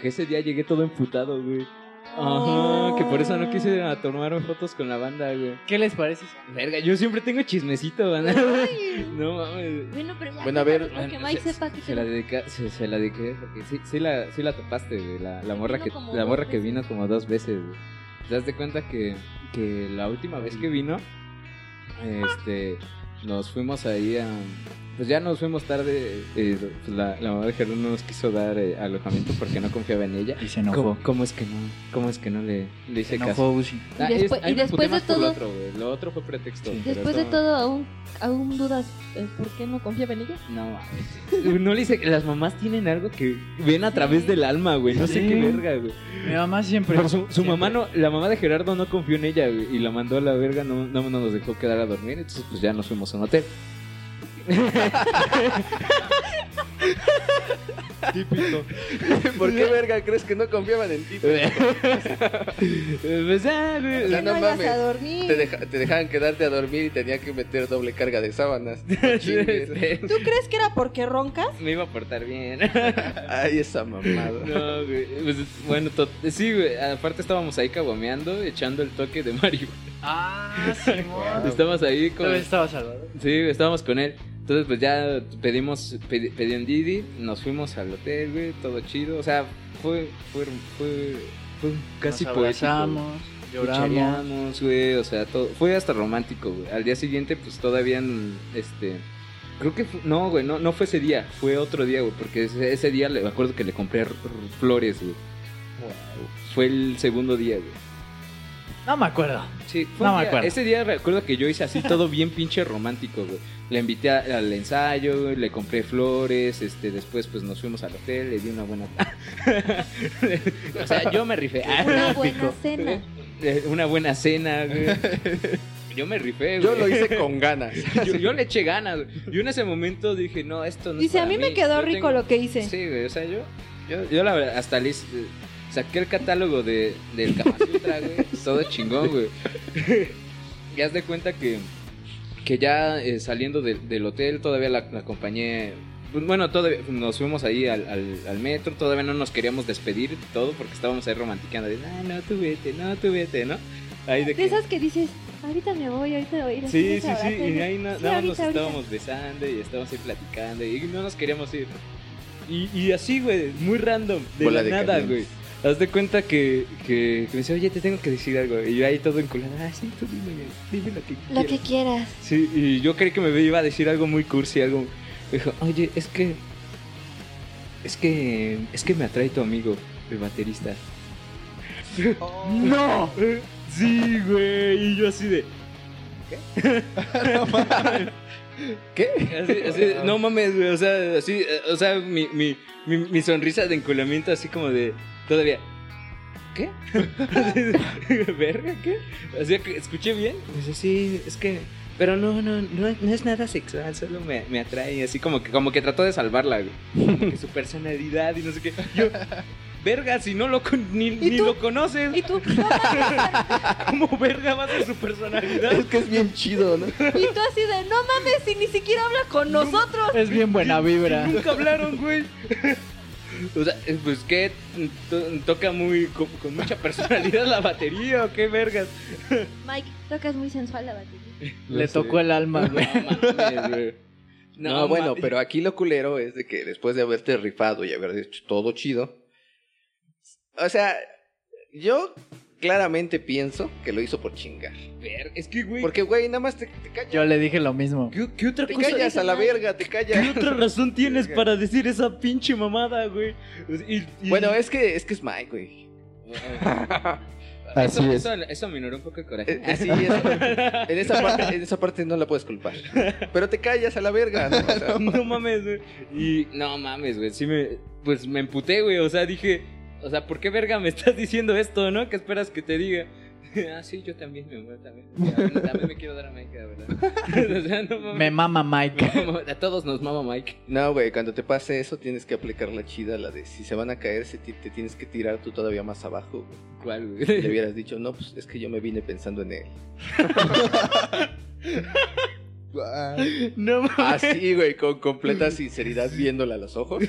C: Que ese día llegué todo emputado, güey. Ajá,
B: Oh.
C: que por eso no quise a tomarme fotos con la banda, güey.
D: ¿Qué les parece? eso?
C: Verga, yo siempre tengo chismecito, banda.
B: Ay.
C: No mames.
B: Bueno, pero ya.
E: Bueno, a ver,
B: Para que
C: bueno,
B: Mike
C: se-
B: sepa que
C: Se la dedica, se, se la dediqué porque sí, sí la, sí la topaste, güey. La, la morra
B: vino
C: que
B: como
C: la
B: dos
C: morra que
B: veces.
C: vino como dos veces, güey. ¿Te das de cuenta que, que la última vez que vino, este, nos fuimos ahí a, pues ya nos fuimos tarde. eh, pues la, la mamá de Gerón no nos quiso dar eh, alojamiento porque no confiaba en ella.
D: Y se
C: ¿Cómo,
D: enojó.
C: cómo es que no? ¿Cómo es que no le, le
D: Se
C: hice caso? Ah,
D: enojó Uzi.
B: Y después-
C: ahí
B: y
C: me
B: después
C: emputé más
B: de
C: por
B: todo-
C: Lo otro, güey. Lo otro fue pretexto. pero
B: Después de
C: no.
B: todo, aún, aún dudas eh, por qué no confiaba en ella.
C: No, no le dice que las mamás tienen algo que ven a través del alma, güey. No sé
D: Sí.
C: qué verga, güey.
D: Mi mamá siempre.
C: Pero su, su
D: siempre.
C: mamá no, la mamá de Gerardo no confió en ella, güey, y la mandó a la verga, no, no, no nos dejó quedar a dormir, entonces pues ya nos fuimos a un hotel.
A: Típico.
E: ¿Por qué verga crees que no confiaban en ti?
C: pues ya, güey.
E: O sea,
B: Que no,
E: no
B: ibas
E: mames.
B: a dormir.
E: Te, deja- te dejaban quedarte a dormir y tenía que meter doble carga de sábanas. No
C: Ah,
E: chingues.
B: ¿Tú crees que era porque roncas?
C: Me iba a portar bien.
E: Ay, esa mamada.
C: No, güey. Pues, bueno, to- sí, güey. Aparte estábamos ahí caguameando, echando el toque de Mario.
D: Ah, Simón.
C: Estábamos ahí con.
D: Todavía estaba salvado.
C: Sí, güey, estábamos con él. Entonces, pues ya pedimos, pedi- pedí un Didi, nos fuimos al hotel, güey, todo chido. O sea, fue, fue, fue, fue casi poético,
D: Nos
C: güey.
D: abrazamos, lloramos.
C: Cuchareamos, güey, o sea, todo. Fue hasta romántico, güey. Al día siguiente, pues todavía, mm, este. Creo que fu- no, güey, no, no fue ese día, fue otro día, güey, porque ese, ese día le, me acuerdo que le compré r- r- flores, güey. Fue el segundo día, güey.
D: No me acuerdo.
C: Sí, fue
D: No
C: un
D: me
C: día-
D: acuerdo.
C: Ese día recuerdo que yo hice así todo bien pinche romántico, güey. Le invité a- al ensayo, güey, le compré flores, este, después pues nos fuimos al hotel, le di una buena... o sea, yo me rifé.
B: Una buena cena.
C: Eh, una buena cena, güey. Yo me rifé, güey.
E: Yo lo hice con ganas.
C: Yo, yo le eché ganas, güey. Yo en ese momento dije, no, esto no es
B: Dice, a
C: para
B: mí me quedó
C: Yo
B: rico
C: tengo-
B: lo que hice.
C: Sí, güey, o sea, yo... Yo, yo la verdad, hasta le hice- saqué el catálogo de, del Kama Sutra, güey. Todo chingón, güey. Ya haz de cuenta que, que ya eh, saliendo del- del hotel, todavía la, la acompañé. Bueno, todavía nos fuimos ahí al, al- al metro, todavía no nos queríamos despedir y todo porque estábamos ahí romanticando. de, ah, no, tú vete, no, tú vete, ¿no? Ahí de
B: De
C: que-
B: esas que dices, ahorita me voy, ahorita me voy. a ir a hacer
C: Sí,
B: ese
C: sí, sí.
B: abrazo".
C: Y ahí na-
B: Sí,
C: nada más
B: ahorita,
C: nos
B: ahorita.
C: estábamos besando y estábamos ahí platicando y no nos queríamos ir. Y, y así, güey, muy random, de
E: Bola
C: la
E: de
C: nada,
E: cañones.
C: güey. Haz de cuenta que, que, que me dice, oye, te tengo que decir algo. Y yo ahí todo enculado, ah, sí, tú dime, güey, dime lo que
B: Lo que
C: quieras".
B: quieras.
C: Sí, y yo creí que me iba a decir algo muy cursi, algo... me Dijo, oye, es que... Es que... Es que me atrae tu amigo, el baterista. ¡No! Sí, güey, y yo así de...
E: ¿Qué?
C: Así- así, no mames, güey, o sea, así, eh, o sea, mi, mi, mi, mi sonrisa de enculamiento así como de, todavía, ¿qué? Así de, ¿Verga, qué? Así que, ¿escuché bien? Pues sí, es que, pero no, no, no, no es nada sexual, solo me, me atrae, así como que, como que trató de salvarla, güey, como que su personalidad y no sé qué, yo... Verga, si no lo con- ni, ni
B: tú?
C: lo conoces,
B: Y tú, no mames,
C: ¿cómo verga va a ser su personalidad?
E: Es que es bien chido, ¿no?
B: y tú así de, no mames, si ni siquiera habla con nosotros.
D: Es bien buena vibra.
C: Nunca hablaron, güey. O sea, eh, pues que toca muy con, con mucha personalidad la batería o qué vergas.
B: Mike, tocas muy sensual la batería.
D: Le tocó el alma, güey.
C: No mames, güey.
E: No, bueno, pero aquí lo culero es de que después de haberte rifado y haber hecho todo chido. O sea, yo claramente pienso que lo hizo por chingar.
C: Ver- Es que, güey,
E: Porque, güey, nada más te, te callas.
D: Yo le dije lo mismo.
C: ¿qué, qué otra
E: Te
C: cosa?
E: callas a la verga, te
C: ¿Qué
E: callas.
C: otra razón tienes para decir esa pinche mamada, güey? O sea, y- y-
E: Bueno, es que es que es Mike, güey.
H: Así
C: eso,
H: es.
C: Eso, eso aminoró un poco el coraje.
E: Eh, eh, sí, es- en, esa parte, en esa parte no la puedes culpar. Pero te callas a la verga. ¿no? O sea,
C: No mames, güey. Y no mames, güey. Sí me. Pues me emputé, güey. O sea, dije. O sea, ¿por qué verga me estás diciendo esto, no? ¿Qué esperas que te diga? ah, sí, yo también, mi amor, también. Ya, También me quiero dar a Mike, la verdad. o sea, no mames.
D: Me mama Mike.
C: A todos nos mama Mike.
E: no, güey, cuando te pase eso tienes que aplicar la chida, la de si se van a caer, se ti- te tienes que tirar tú todavía más abajo. güey.
C: ¿Cuál,
E: Le
C: güey?
E: hubieras dicho, no, pues es que yo me vine pensando en él.
C: No mames.
E: Así, Ah, güey, con completa sinceridad viéndola a los ojos.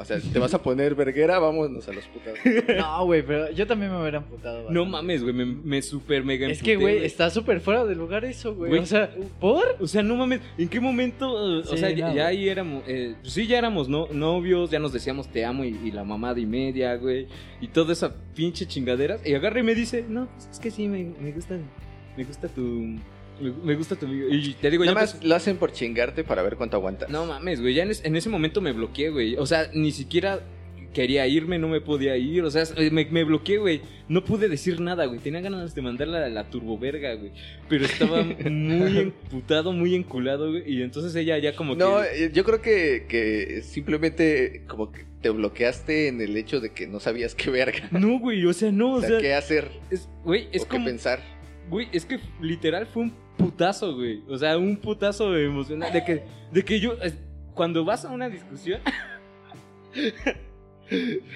E: O sea, si te vas a poner verguera, vámonos a los putas.
D: No, güey, pero yo también me hubiera amputado.
C: No
D: bastante.
C: mames, güey. Me, me super mega
D: Es que,
C: emputé,
D: güey, está súper fuera de lugar eso, güey.
C: Güey.
D: O sea, ¿por?
C: O sea, no mames, ¿en qué momento? eh,
D: Sí,
C: o sea, ya,
D: no,
C: ya
D: güey.
C: ahí éramos, eh, pues sí, ya éramos no, novios, ya nos decíamos te amo y, y la mamada y media, güey, y toda esa pinche chingadera. Y agarra y me dice, no, pues es que sí, me, me gusta, me gusta tu, me, me gusta tu amigo. Y te digo,
E: Nada
C: ya
E: más
C: pues,
E: lo hacen por chingarte para ver cuánto aguantas.
C: no mames, güey, ya en, es- en ese momento me bloqueé, güey. O sea, ni siquiera quería irme, no me podía ir, o sea, eh, me, me bloqueé, güey. No pude decir nada, güey. Tenía ganas de mandarla a la turboverga, güey. Pero estaba muy emputado, muy enculado, güey. Y entonces ella ya como
E: No,
C: que...
E: eh, yo creo que, que simplemente como que te bloqueaste en el hecho de que no sabías qué verga,
C: No, güey, o sea, no,
E: o
C: o
E: sea,
C: sea...
E: qué hacer
C: es- Güey, es
E: o qué
C: como...
E: pensar.
C: Güey, es que literal fue un putazo, güey. O sea, un putazo emocional. De que, de que yo... es- Cuando vas a una discusión...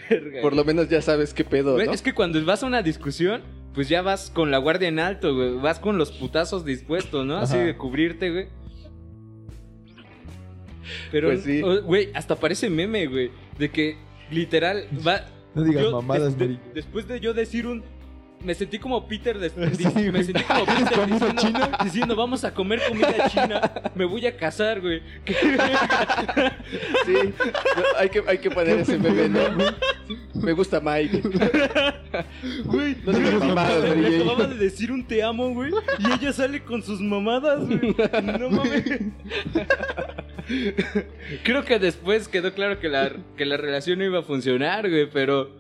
C: Verga.
E: Por lo menos ya sabes qué pedo,
C: Güey,
E: ¿no?
C: Es que cuando vas a una discusión, pues ya vas con la guardia en alto, güey. Vas con los putazos dispuestos, ¿no? Así
A: Ajá.
C: de cubrirte, güey. Pero,
E: Pues sí.
C: o- güey, hasta parece meme, güey. De que literal va.
A: No digas
C: yo,
A: mamadas,
C: des- de-
A: Meric.
C: Después de yo decir un. Me sentí como Peter des-
A: Sí,
C: di-
A: güey.
C: Me sentí como
A: ¿Quieres
C: Peter
A: comida
C: diciendo, diciendo, vamos a comer comida china. Me voy a casar, güey.
E: Sí, no, hay, que, hay que poner ese meme, ¿no? Me gusta Mike.
C: Güey,
E: No digas mamadas,
C: le
E: Mary Jane.
C: acababa de decir un te amo, güey, y ella sale con sus mamadas, güey. No mames. Creo que después quedó claro que la, que la relación no iba a funcionar, güey, pero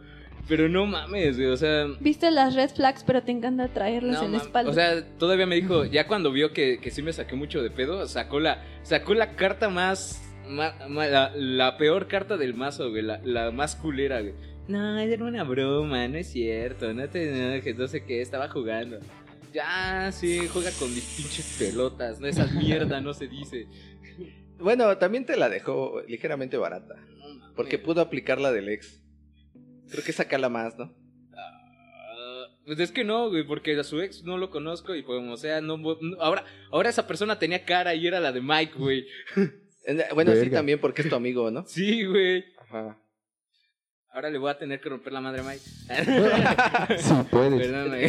C: pero no mames, güey, o sea,
B: Viste las red flags, pero te encanta traerlas
C: no
B: en la
C: mam-
B: espalda.
C: o sea, todavía me dijo, ya cuando vio que, que sí me saqué mucho de pedo, sacó la sacó la carta más ma- ma- la, la peor carta del mazo, güey, la, la más culera, güey. No, era una broma, no es cierto, no te enojes, no sé qué, estaba jugando. Ya, sí, juega con mis pinches pelotas, no esas mierda, no se dice.
E: Bueno, también te la dejó ligeramente barata, porque pudo aplicar la del ex. Creo que sacala más, ¿no?
C: Ah, Pues es que no, güey, porque a su ex no lo conozco y como sea, no, no- ahora, ahora esa persona tenía cara y era la de Mike, güey.
E: Eh, Bueno, sí
A: Verga.
E: también porque es tu amigo, ¿no?
C: Sí, güey.
E: Ajá.
C: Ahora le voy a tener que romper la madre a Mike.
A: Sí, puedes.
C: Perdón, güey.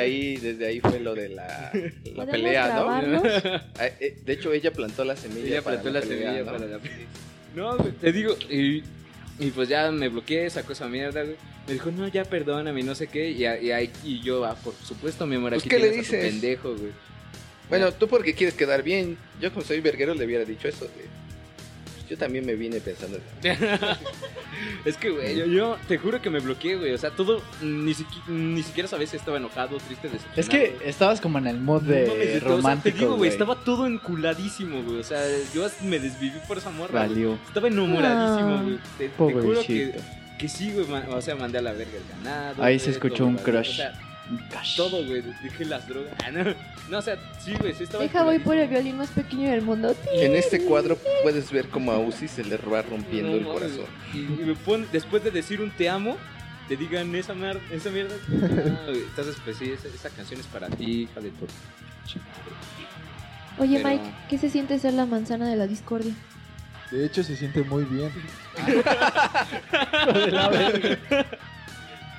E: ahí, desde ahí, desde ahí fue lo de la, la
B: ¿Podemos
E: pelea, ¿no?
B: grabarlos?
E: Ah, eh, De hecho, ella plantó la semilla.
C: Ella
E: para
C: plantó la
E: pelea,
C: semilla
E: ¿no?
C: para la pelea. No, güey, te digo, y, y pues ya me bloqueé, sacó esa mierda, güey. Me dijo, no, ya perdóname, no sé qué. Y, a- y, ahí- y yo, ah, por supuesto, mi amor,
E: Pues,
C: aquí
E: ¿qué le
C: tienes a tu
E: dices?
C: pendejo, güey.
E: Bueno, tú porque quieres quedar bien. Yo como soy verguero le hubiera dicho eso. güey. Yo también me vine pensando. en-
C: Es que, güey, yo, yo te juro que me bloqueé, güey. O sea, todo, ni, siqui- ni siquiera sabes si estaba enojado, triste, decepcionado.
D: Es que estabas como en el mood
C: No mames,
D: de
C: o sea,
D: romántico.
C: te digo,
D: güey.
C: güey, estaba todo enculadísimo, güey. O sea, yo me desviví por esa morra, güey.
D: Valió.
C: Estaba enamoradísimo, güey. Te, te juro que,
D: Pobrecito.
C: que sí, güey. ma- O sea, mandé a la verga el ganado.
D: Ahí
C: güey,
D: se escuchó
C: todo,
D: un
C: la verga,
D: crush.
C: O sea, todo, güey. Dejé las drogas. Ah, no. No, o sea, sí, güey. Sí estaba.
B: Deja voy
C: enculadísimo.
B: por el violín más pequeño del mundo.
E: En este cuadro puedes ver cómo a Uzi se le va rompiendo
C: No,
E: el
C: no,
E: corazón.
C: Y, y me pon- después de decir un te amo, te digan esa, mar- esa mierda. Ah, güey, Entonces, pues sí, esa, esa canción es para ti, hija de tu.
B: Oye,
C: Pero-
B: Mike, ¿qué se siente ser la manzana de la discordia?
A: De hecho, se siente muy bien.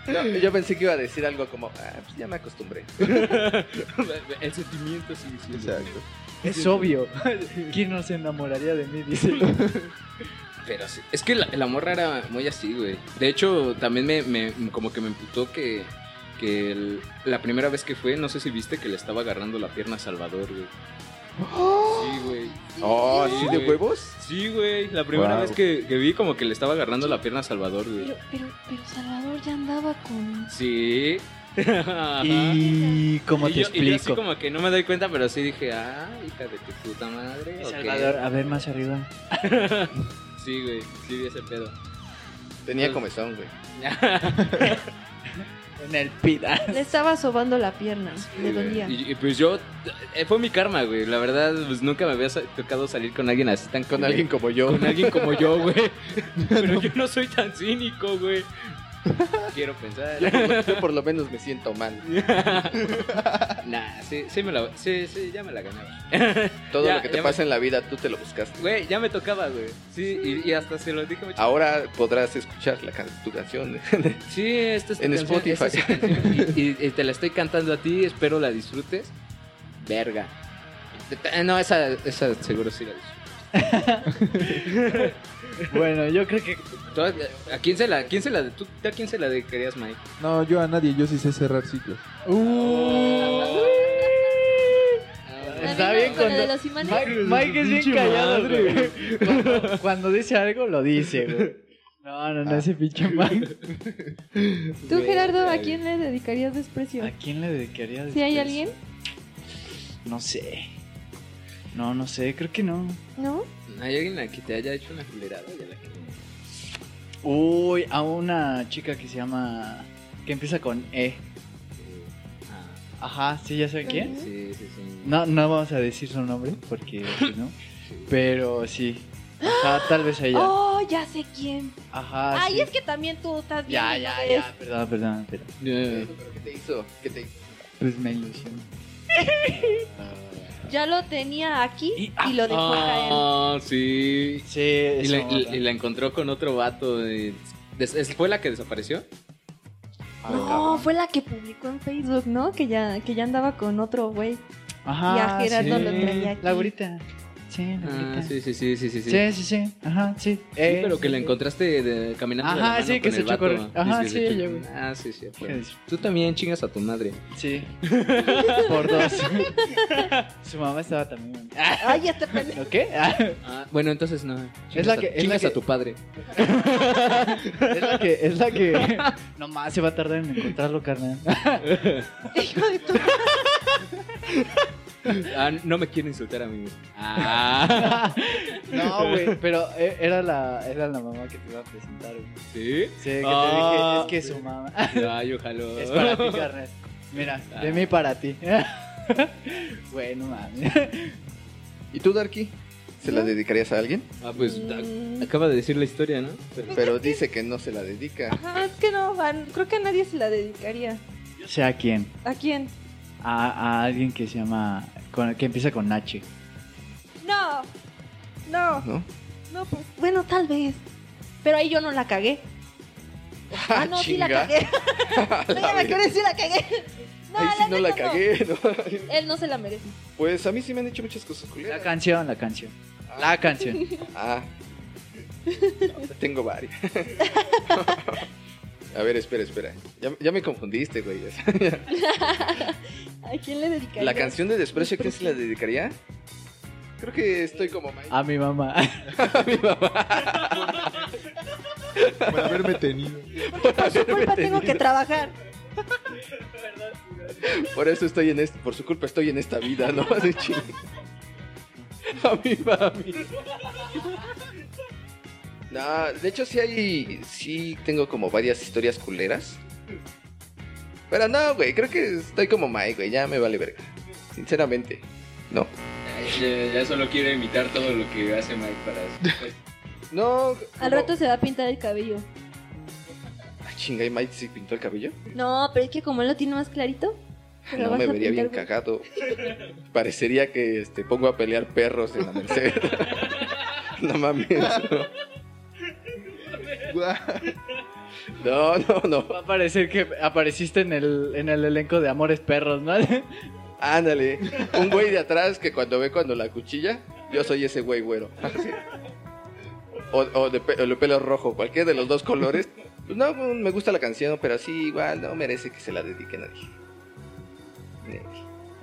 E: No, yo pensé que iba a decir algo como, ah, pues ya me acostumbré.
C: El sentimiento es invisible.
A: Exacto.
D: Es obvio. ¿Quién no se enamoraría de mí? Dice.
C: Pero sí. Es que la, la morra era muy así, güey. De hecho, también me, me- como que me emputó que, que el- la primera vez que fue, no sé si viste que le estaba agarrando la pierna a Salvador, güey. Sí, güey.
E: Oh,
C: Sí,
E: ¿sí de
C: güey.
E: huevos?
C: Sí, güey. La primera
A: Wow.
C: vez que, que vi como que le estaba agarrando la pierna a Salvador, güey.
F: Pero, pero, pero Salvador ya andaba con...
C: Sí. Ajá.
D: Y cómo
C: Y
D: te
C: yo- y yo así
D: explico.
C: como que no me doy cuenta, pero sí dije, ah, hija de tu puta madre. ok".
D: Salvador, a ver más arriba.
C: Sí, güey. Sí, vi ese pedo. Pues,
E: Tenía comezón, güey.
D: En el pita.
B: Le estaba sobando la pierna, le dolía.
C: Y, y pues yo, eh, fue mi karma, güey. La verdad, pues nunca me había sa- tocado salir con alguien así tan
E: Con alguien como yo.
C: con alguien como yo, güey. Pero yo no soy tan cínico, güey. Quiero pensar.
E: Yo por, yo por lo menos me siento mal.
C: Nah, sí, sí me la, sí, sí, ya me la ganaba.
E: Todo
C: Ya,
E: lo que
C: ya
E: te
C: me-
E: pasa en la vida, tú te lo buscaste.
C: Güey, ya me tocaba, güey. Sí, y, y hasta se lo dije. mucho.
E: Ahora podrás escuchar la can- tu canción.
C: Sí, esta es tu
E: En
C: canción,
E: Spotify.
C: esta es tu canción, y, y- y te la estoy cantando a ti, espero la disfrutes. Verga. Eh, No, esa, esa seguro sí la disfruto.
D: Bueno, yo creo que
C: ¿Tú- ¿A quién se la, quién se la, tú, a quién se la de- querías, Mike?
A: No, yo a nadie, yo sí sé cerrar sitios.
D: uh,
B: Ah,
D: Está bien
F: También con lo
D: cuando-
F: de los imanes.
D: Mike, Mike es bien callado, güey. Cuando, cuando dice algo, lo dice, güey. No, no, no, ese pinche Mike.
B: Tú, Gerardo, ¿a quién le dedicarías desprecio?
D: ¿A quién le dedicaría?
B: ¿Si hay
D: después?
B: alguien?
D: No sé. No, no sé, creo que no.
B: ¿No?
C: ¿Hay alguien a que te haya hecho una culerada? Ya la que-
D: Uy, a una chica que se llama. que empieza con E.
C: Ah,
D: Ajá, sí, ya saben quién.
C: sí, sí, sí.
D: No, no vamos a decir su nombre porque si no. Pero sí. Ajá, tal vez a ella.
B: Oh, ya sé quién.
D: Ajá.
B: Ay,
D: Ah, sí.
B: es que también tú estás bien.
D: Ya, ya, ya. Perdón, perdón, perdón.
C: Eh,
E: ¿Qué te hizo? ¿Qué te hizo?
D: Pues me ilusioné.
B: Ya lo tenía aquí
D: Y-
B: y, lo dejó caer.
C: Ah, sí.
D: Sí,
C: Y
D: eso,
C: la, y la- y la encontró con otro vato. eh, des- es- ¿Fue la que desapareció?
B: No, fue la que publicó en Facebook, ¿no? Que ya, que ya andaba con otro güey.
D: Ajá,
B: Y a Gerardo lo traía aquí.
D: Laurita. Sí, Laurita.
C: Ah,
D: sí.
C: sí, sí, sí, sí, sí. sí.
D: Sí, sí, Ajá, sí. Eh,
C: Sí, pero que la encontraste de- caminando. de la
D: Ajá,
C: mano
D: sí, que
C: con
D: se
C: el
D: echó
C: vato.
D: a correr. Ajá,
C: Dice que
D: sí,
C: se
D: ella,
C: echó-
D: güey. Ah.
C: Ah, sí, sí.
D: ¿Qué
C: fue.
D: dice?
C: Tú también chingas a tu madre.
D: Sí. Por dos. Su mamá estaba también.
B: Ay, este pendejo.
D: ¿Lo qué? Ah,
C: Ah, bueno, entonces no. Chingas,
D: la que-
C: a,
D: es la
C: chingas
D: que-
C: a tu padre.
D: es la que, es la que. Nomás se va a tardar en encontrarlo, carnal.
B: Hijo de tu-
C: Ah, no me quiero insultar a mí. Ah,
D: No, güey. Pero eh, era la, era la mamá que te iba a presentar, güey.
C: sí.
D: Sí, que
C: Ah,
D: te dije, es que su mamá.
C: Ay, ojalá.
D: Es para ti, carnal. Mira, de mí para ti. Bueno, mami.
E: ¿Y tú, Darky? ¿Se la dedicarías a alguien?
C: Ah, pues
B: Mm.
C: ac- acaba de decir la historia, ¿no? Pero-
E: Pero dice que no se la dedica.
B: Ajá, es que no, van- creo que a nadie se la dedicaría.
D: O sea, ¿a quién?
B: ¿A quién?
D: a, a alguien que se llama con- que empieza con H.
B: No, no,
E: ¿No?
B: no, pues, bueno, tal vez. Pero ahí yo no la cagué. Ah, no, sí la
E: Chinga.
B: cagué.
E: A
B: No,
E: la
B: ya me acordé,
E: verga.
B: sí la cagué. No,
E: Ahí sí no la
B: neta no.
E: cagué. ¿no?
B: Él no se la merece.
E: Pues a mí sí me han hecho muchas cosas
D: La
E: culeras.
D: canción, la canción. La canción.
E: Ah. Tengo varias. A ver, espera, espera. Ya, ya me confundiste, güey.
B: ¿A quién le dedicaría?
E: La canción de Desprecio, ¿quién se la dedicaría? Creo que estoy como Mike.
D: A mi mamá.
A: Por haberme tenido.
B: Por su culpa tengo que trabajar.
E: Por eso estoy en este, por su culpa estoy en esta vida, ¿no? Así ching- A mí, mami. No, de hecho sí hay, sí tengo como varias historias culeras. Pero no, güey, creo que estoy como Mike, güey, ya me vale verga. Sinceramente, no.
C: Ay, Ya, ya solo quiero imitar todo lo que hace Mike para eso.
E: No.
B: Al
E: no.
B: rato se va a pintar el cabello.
E: Ah, chinga, ¿y Mike sí pintó el cabello?
B: No, pero es que como él lo tiene más clarito. te lo
E: No
B: vas
E: me
B: a
E: vería bien
B: pintar, güey.
E: cagado. Parecería que este, pongo a pelear perros en la merced. no mames. No, no, no.
D: Va a parecer que apareciste en el, en el elenco de Amores Perros, ¿no?
E: Ándale. Un güey de atrás que cuando ve cuando la cuchilla, yo soy ese güey güero. Así. O, o de, pe- o de pelo rojo, cualquiera de los dos colores. Pues No, me gusta la canción, pero sí, igual no merece que se la dedique nadie. Nadie.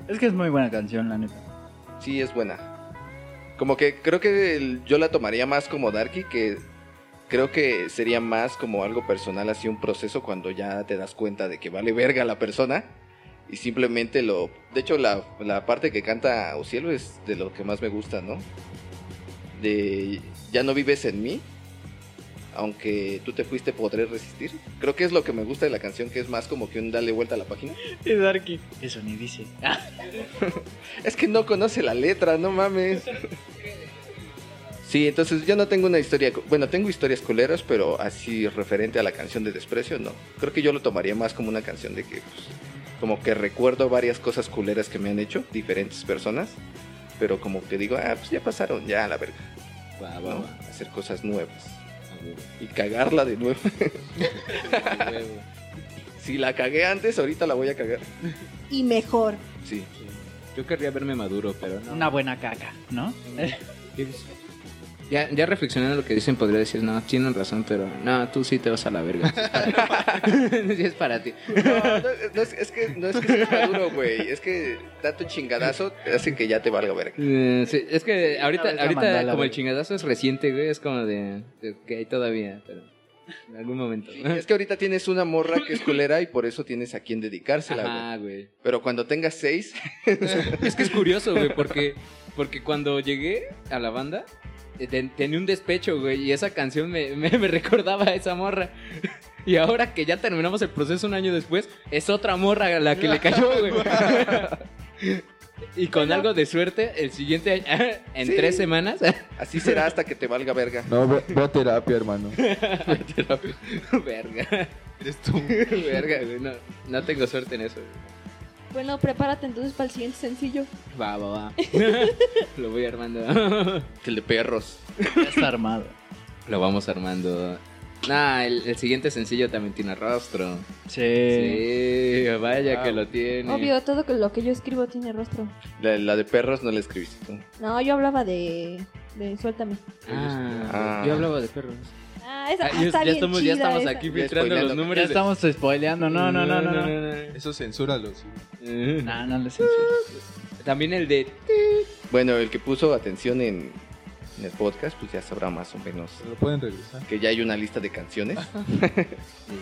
D: Es que es muy buena canción, la neta.
E: Sí, es buena. Como que creo que el- yo la tomaría más como Darky, que creo que sería más como algo personal, así un proceso cuando ya te das cuenta de que vale verga la persona y simplemente lo... De hecho, la, la parte que canta Ocielo es de lo que más me gusta, ¿no? De ya no vives en mí, aunque tú te fuiste podré resistir. Creo que es lo que me gusta de la canción, que es más como que un dale vuelta a la página.
D: Y Darky. Eso ni dice. Ah,
E: Es que no conoce la letra, no mames. Sí, entonces yo no tengo una historia. cu- Bueno, tengo historias culeras, pero así referente a la canción de desprecio, no. Creo que yo lo tomaría más como una canción de que, pues, como que recuerdo varias cosas culeras que me han hecho diferentes personas, pero como que digo, ah, pues ya pasaron, ya a la verga,
I: Va, va,
E: ¿no?
I: va.
E: Hacer cosas nuevas y cagarla de nuevo. si la cagué antes, ahorita la voy a cagar.
B: Y mejor.
E: Sí.
I: Yo querría verme maduro, pero no.
D: Una buena caca, ¿no?
C: Ya, ya reflexionando lo que dicen, podría decir, no, tienen razón, pero no, tú sí te vas a la verga. Sí es para ti.
E: No, no, no es, es que no es que seas maduro, güey. Es que tanto chingadazo te hace que ya te valga verga.
C: Eh, sí, es que
D: una
C: ahorita,
D: vez la mandó a
C: ahorita
D: la
C: como el
D: verga.
C: chingadazo es reciente, güey, es como de, de que hay todavía, pero en algún momento.
E: Es que ahorita tienes una morra que es culera y por eso tienes a quien dedicársela, güey.
C: Ah, güey.
E: Pero cuando tengas seis,
C: Es que es curioso, güey, porque, porque cuando llegué a la banda, eh, ten- tenía un despecho, güey, y esa canción me, me- me recordaba a esa morra. Y ahora que ya terminamos el proceso un año después, es otra morra a la que le cayó, güey. Y con algo de suerte, el siguiente año, en
E: Sí.
C: tres semanas,
E: así será hasta que te valga verga.
A: No, ve, ve a terapia, hermano.
C: verga,
A: Eres tú.
C: verga, güey, no, no tengo suerte en eso. güey.
B: Bueno, prepárate entonces para el siguiente sencillo.
C: Va, va, va. Lo voy armando.
E: El de perros.
D: Ya está armado.
C: Lo vamos armando. Nah, el, el siguiente sencillo también tiene rostro.
D: Sí.
E: Eh.
C: Sí, vaya
A: Wow.
C: que lo tiene.
B: Obvio, todo que- lo que yo escribo tiene rostro.
E: La, la de perros no la escribiste tú.
B: No, yo hablaba de. de Suéltame.
C: Ah,
E: Ah.
C: yo hablaba de perros.
B: Ah, esa
C: Ah,
B: ah,
C: ya,
B: está
C: ya
B: bien
C: estamos, ya
B: chida
C: estamos
B: esa.
C: aquí
E: Ya
C: filtrando
E: spoileando.
C: los números.
D: Ya
C: de-
D: estamos spoileando. No, no, no, no. No,
A: Eso censúralo. sí.
C: Eh,
D: no, no le censures.
C: También el de.
E: Bueno, el que puso atención en, en el podcast, pues ya sabrá más o menos
A: Se lo pueden regresar.
E: que ya hay una lista de canciones.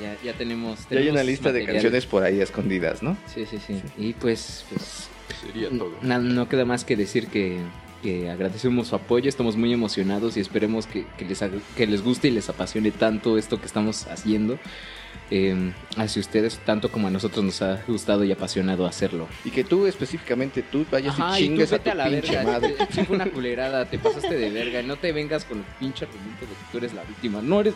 C: Ya, ya tenemos.
E: Ya hay
C: tenemos
E: una lista de
C: material.
E: canciones por ahí escondidas, ¿no?
C: Sí, sí, sí. Y pues, pues
A: Sería todo.
C: No, no queda más que decir que, que agradecemos su apoyo, estamos muy emocionados y esperemos que, que les, ag- que les guste y les apasione tanto esto que estamos haciendo. eh, hacia ustedes, tanto como a nosotros nos ha gustado y apasionado hacerlo.
E: Y que tú específicamente tú vayas
C: Ajá,
E: y
C: y tú
E: chingues
C: vete a,
E: a
C: la
E: tu pinche
C: verga.
E: madre.
C: Sí, fue una culerada, te pasaste de verga. No te vengas con el pinche argumento de que tú eres la víctima. No eres.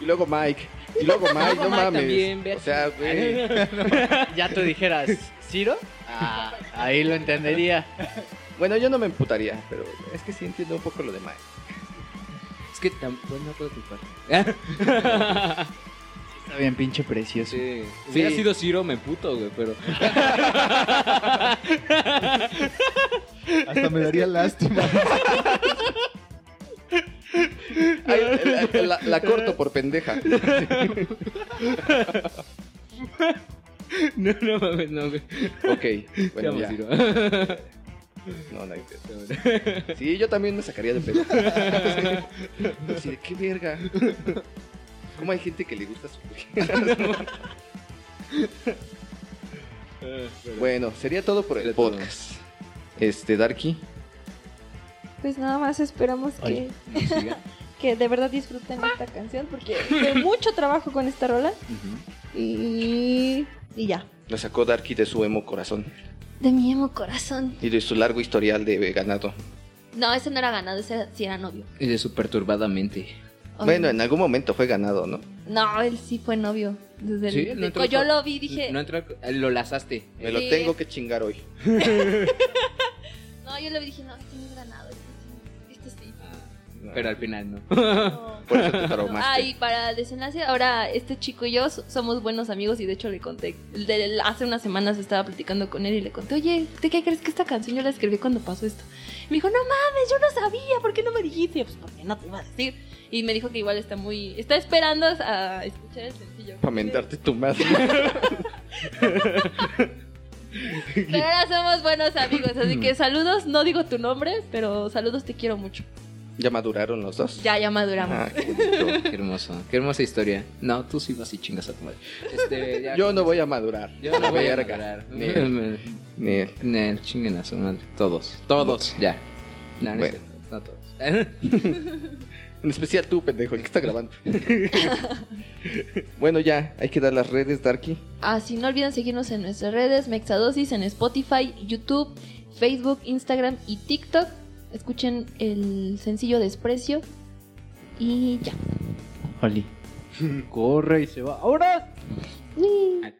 E: Y luego Mike. Y luego Mike,
C: Mike
E: no mames.
C: también, ve a
E: o sea, güey.
D: Ya tú dijeras, ¿Ciro? Ah, ahí lo entendería.
E: Bueno, yo no me emputaría, pero es que sí entiendo un poco lo demás.
C: Es que tampoco no puedo culpar. Ah,
D: Está bien, pinche precioso.
C: Sí. Si hubiera sido Ciro, me puto, güey, pero.
A: Hasta me daría lástima.
E: la, la- la corto por pendeja.
C: No, no mames, no, güey.
E: Ok, bueno,
C: Te amo,
E: ya.
C: Ciro.
E: No, no hay pedo. Sí, yo también me sacaría de pedo. Así de qué verga. ¿Cómo hay gente que le gusta su Bueno, sería todo por el
C: Sería todo.
E: podcast. Este, Darky.
B: Pues nada más esperamos que,
C: Oye. Siga.
B: que de verdad
J: Ah.
B: disfruten esta canción porque fue mucho trabajo con esta rola y, y ya.
E: Lo sacó Darky de su emo corazón
J: De mi emo corazón.
E: y de su largo historial de ganado.
J: No, ese no era ganado, ese sí era novio.
C: Y de su perturbadamente.
E: Bueno, en algún momento fue ganado, ¿no?
J: No, él sí fue novio. Desde el-
C: Sí, no
J: de-
C: entró
J: yo
C: por-
J: lo vi, dije.
C: No entró al- lo lazaste. eh,
E: Me lo
J: Sí.
E: tengo que chingar hoy.
J: No, yo lo vi, dije, no, este no es ganado. Este sí. Este sí.
C: Pero al final no.
B: No.
E: Por eso te traumaste.
B: Ah, y para desenlace, ahora este chico y yo so- somos buenos amigos y de hecho le conté. de- de- hace unas semanas estaba platicando con él y le conté, oye, ¿de qué crees que esta canción yo la escribí cuando pasó esto? Me dijo, no mames, yo no sabía, ¿por qué no me dijiste? Y yo, Pues porque no te iba a decir. Y me dijo que igual está muy. Está esperando a escuchar el sencillo.
E: Para mentarte tu madre.
B: Pero ahora somos buenos amigos, así que saludos, no digo tu nombre, pero saludos, te quiero mucho.
E: ¿Ya maduraron los dos?
B: Ya, ya maduramos.
E: Ah, qué bonito.
C: Qué hermoso. Qué hermosa historia. No, tú sí vas y chingas a tu madre. Este, ya-
E: Yo no voy a madurar.
C: Yo no voy a
E: Verga.
C: regalar.
E: Nel. Nel.
C: Nel, chinguen a su madre. Todos. Todos. Ya. No, no
E: Bueno.
C: es cierto, no todos.
E: En especial tú, pendejo, el que está grabando. bueno, ya, hay que dar las redes, Darky.
B: Así Ah, no olviden seguirnos en nuestras redes, Mexadosis, en Spotify, YouTube, Facebook, Instagram y TikTok. Escuchen el sencillo Desprecio. Y ya.
D: Oli. Corre y se va. ¡Ahora!
C: Al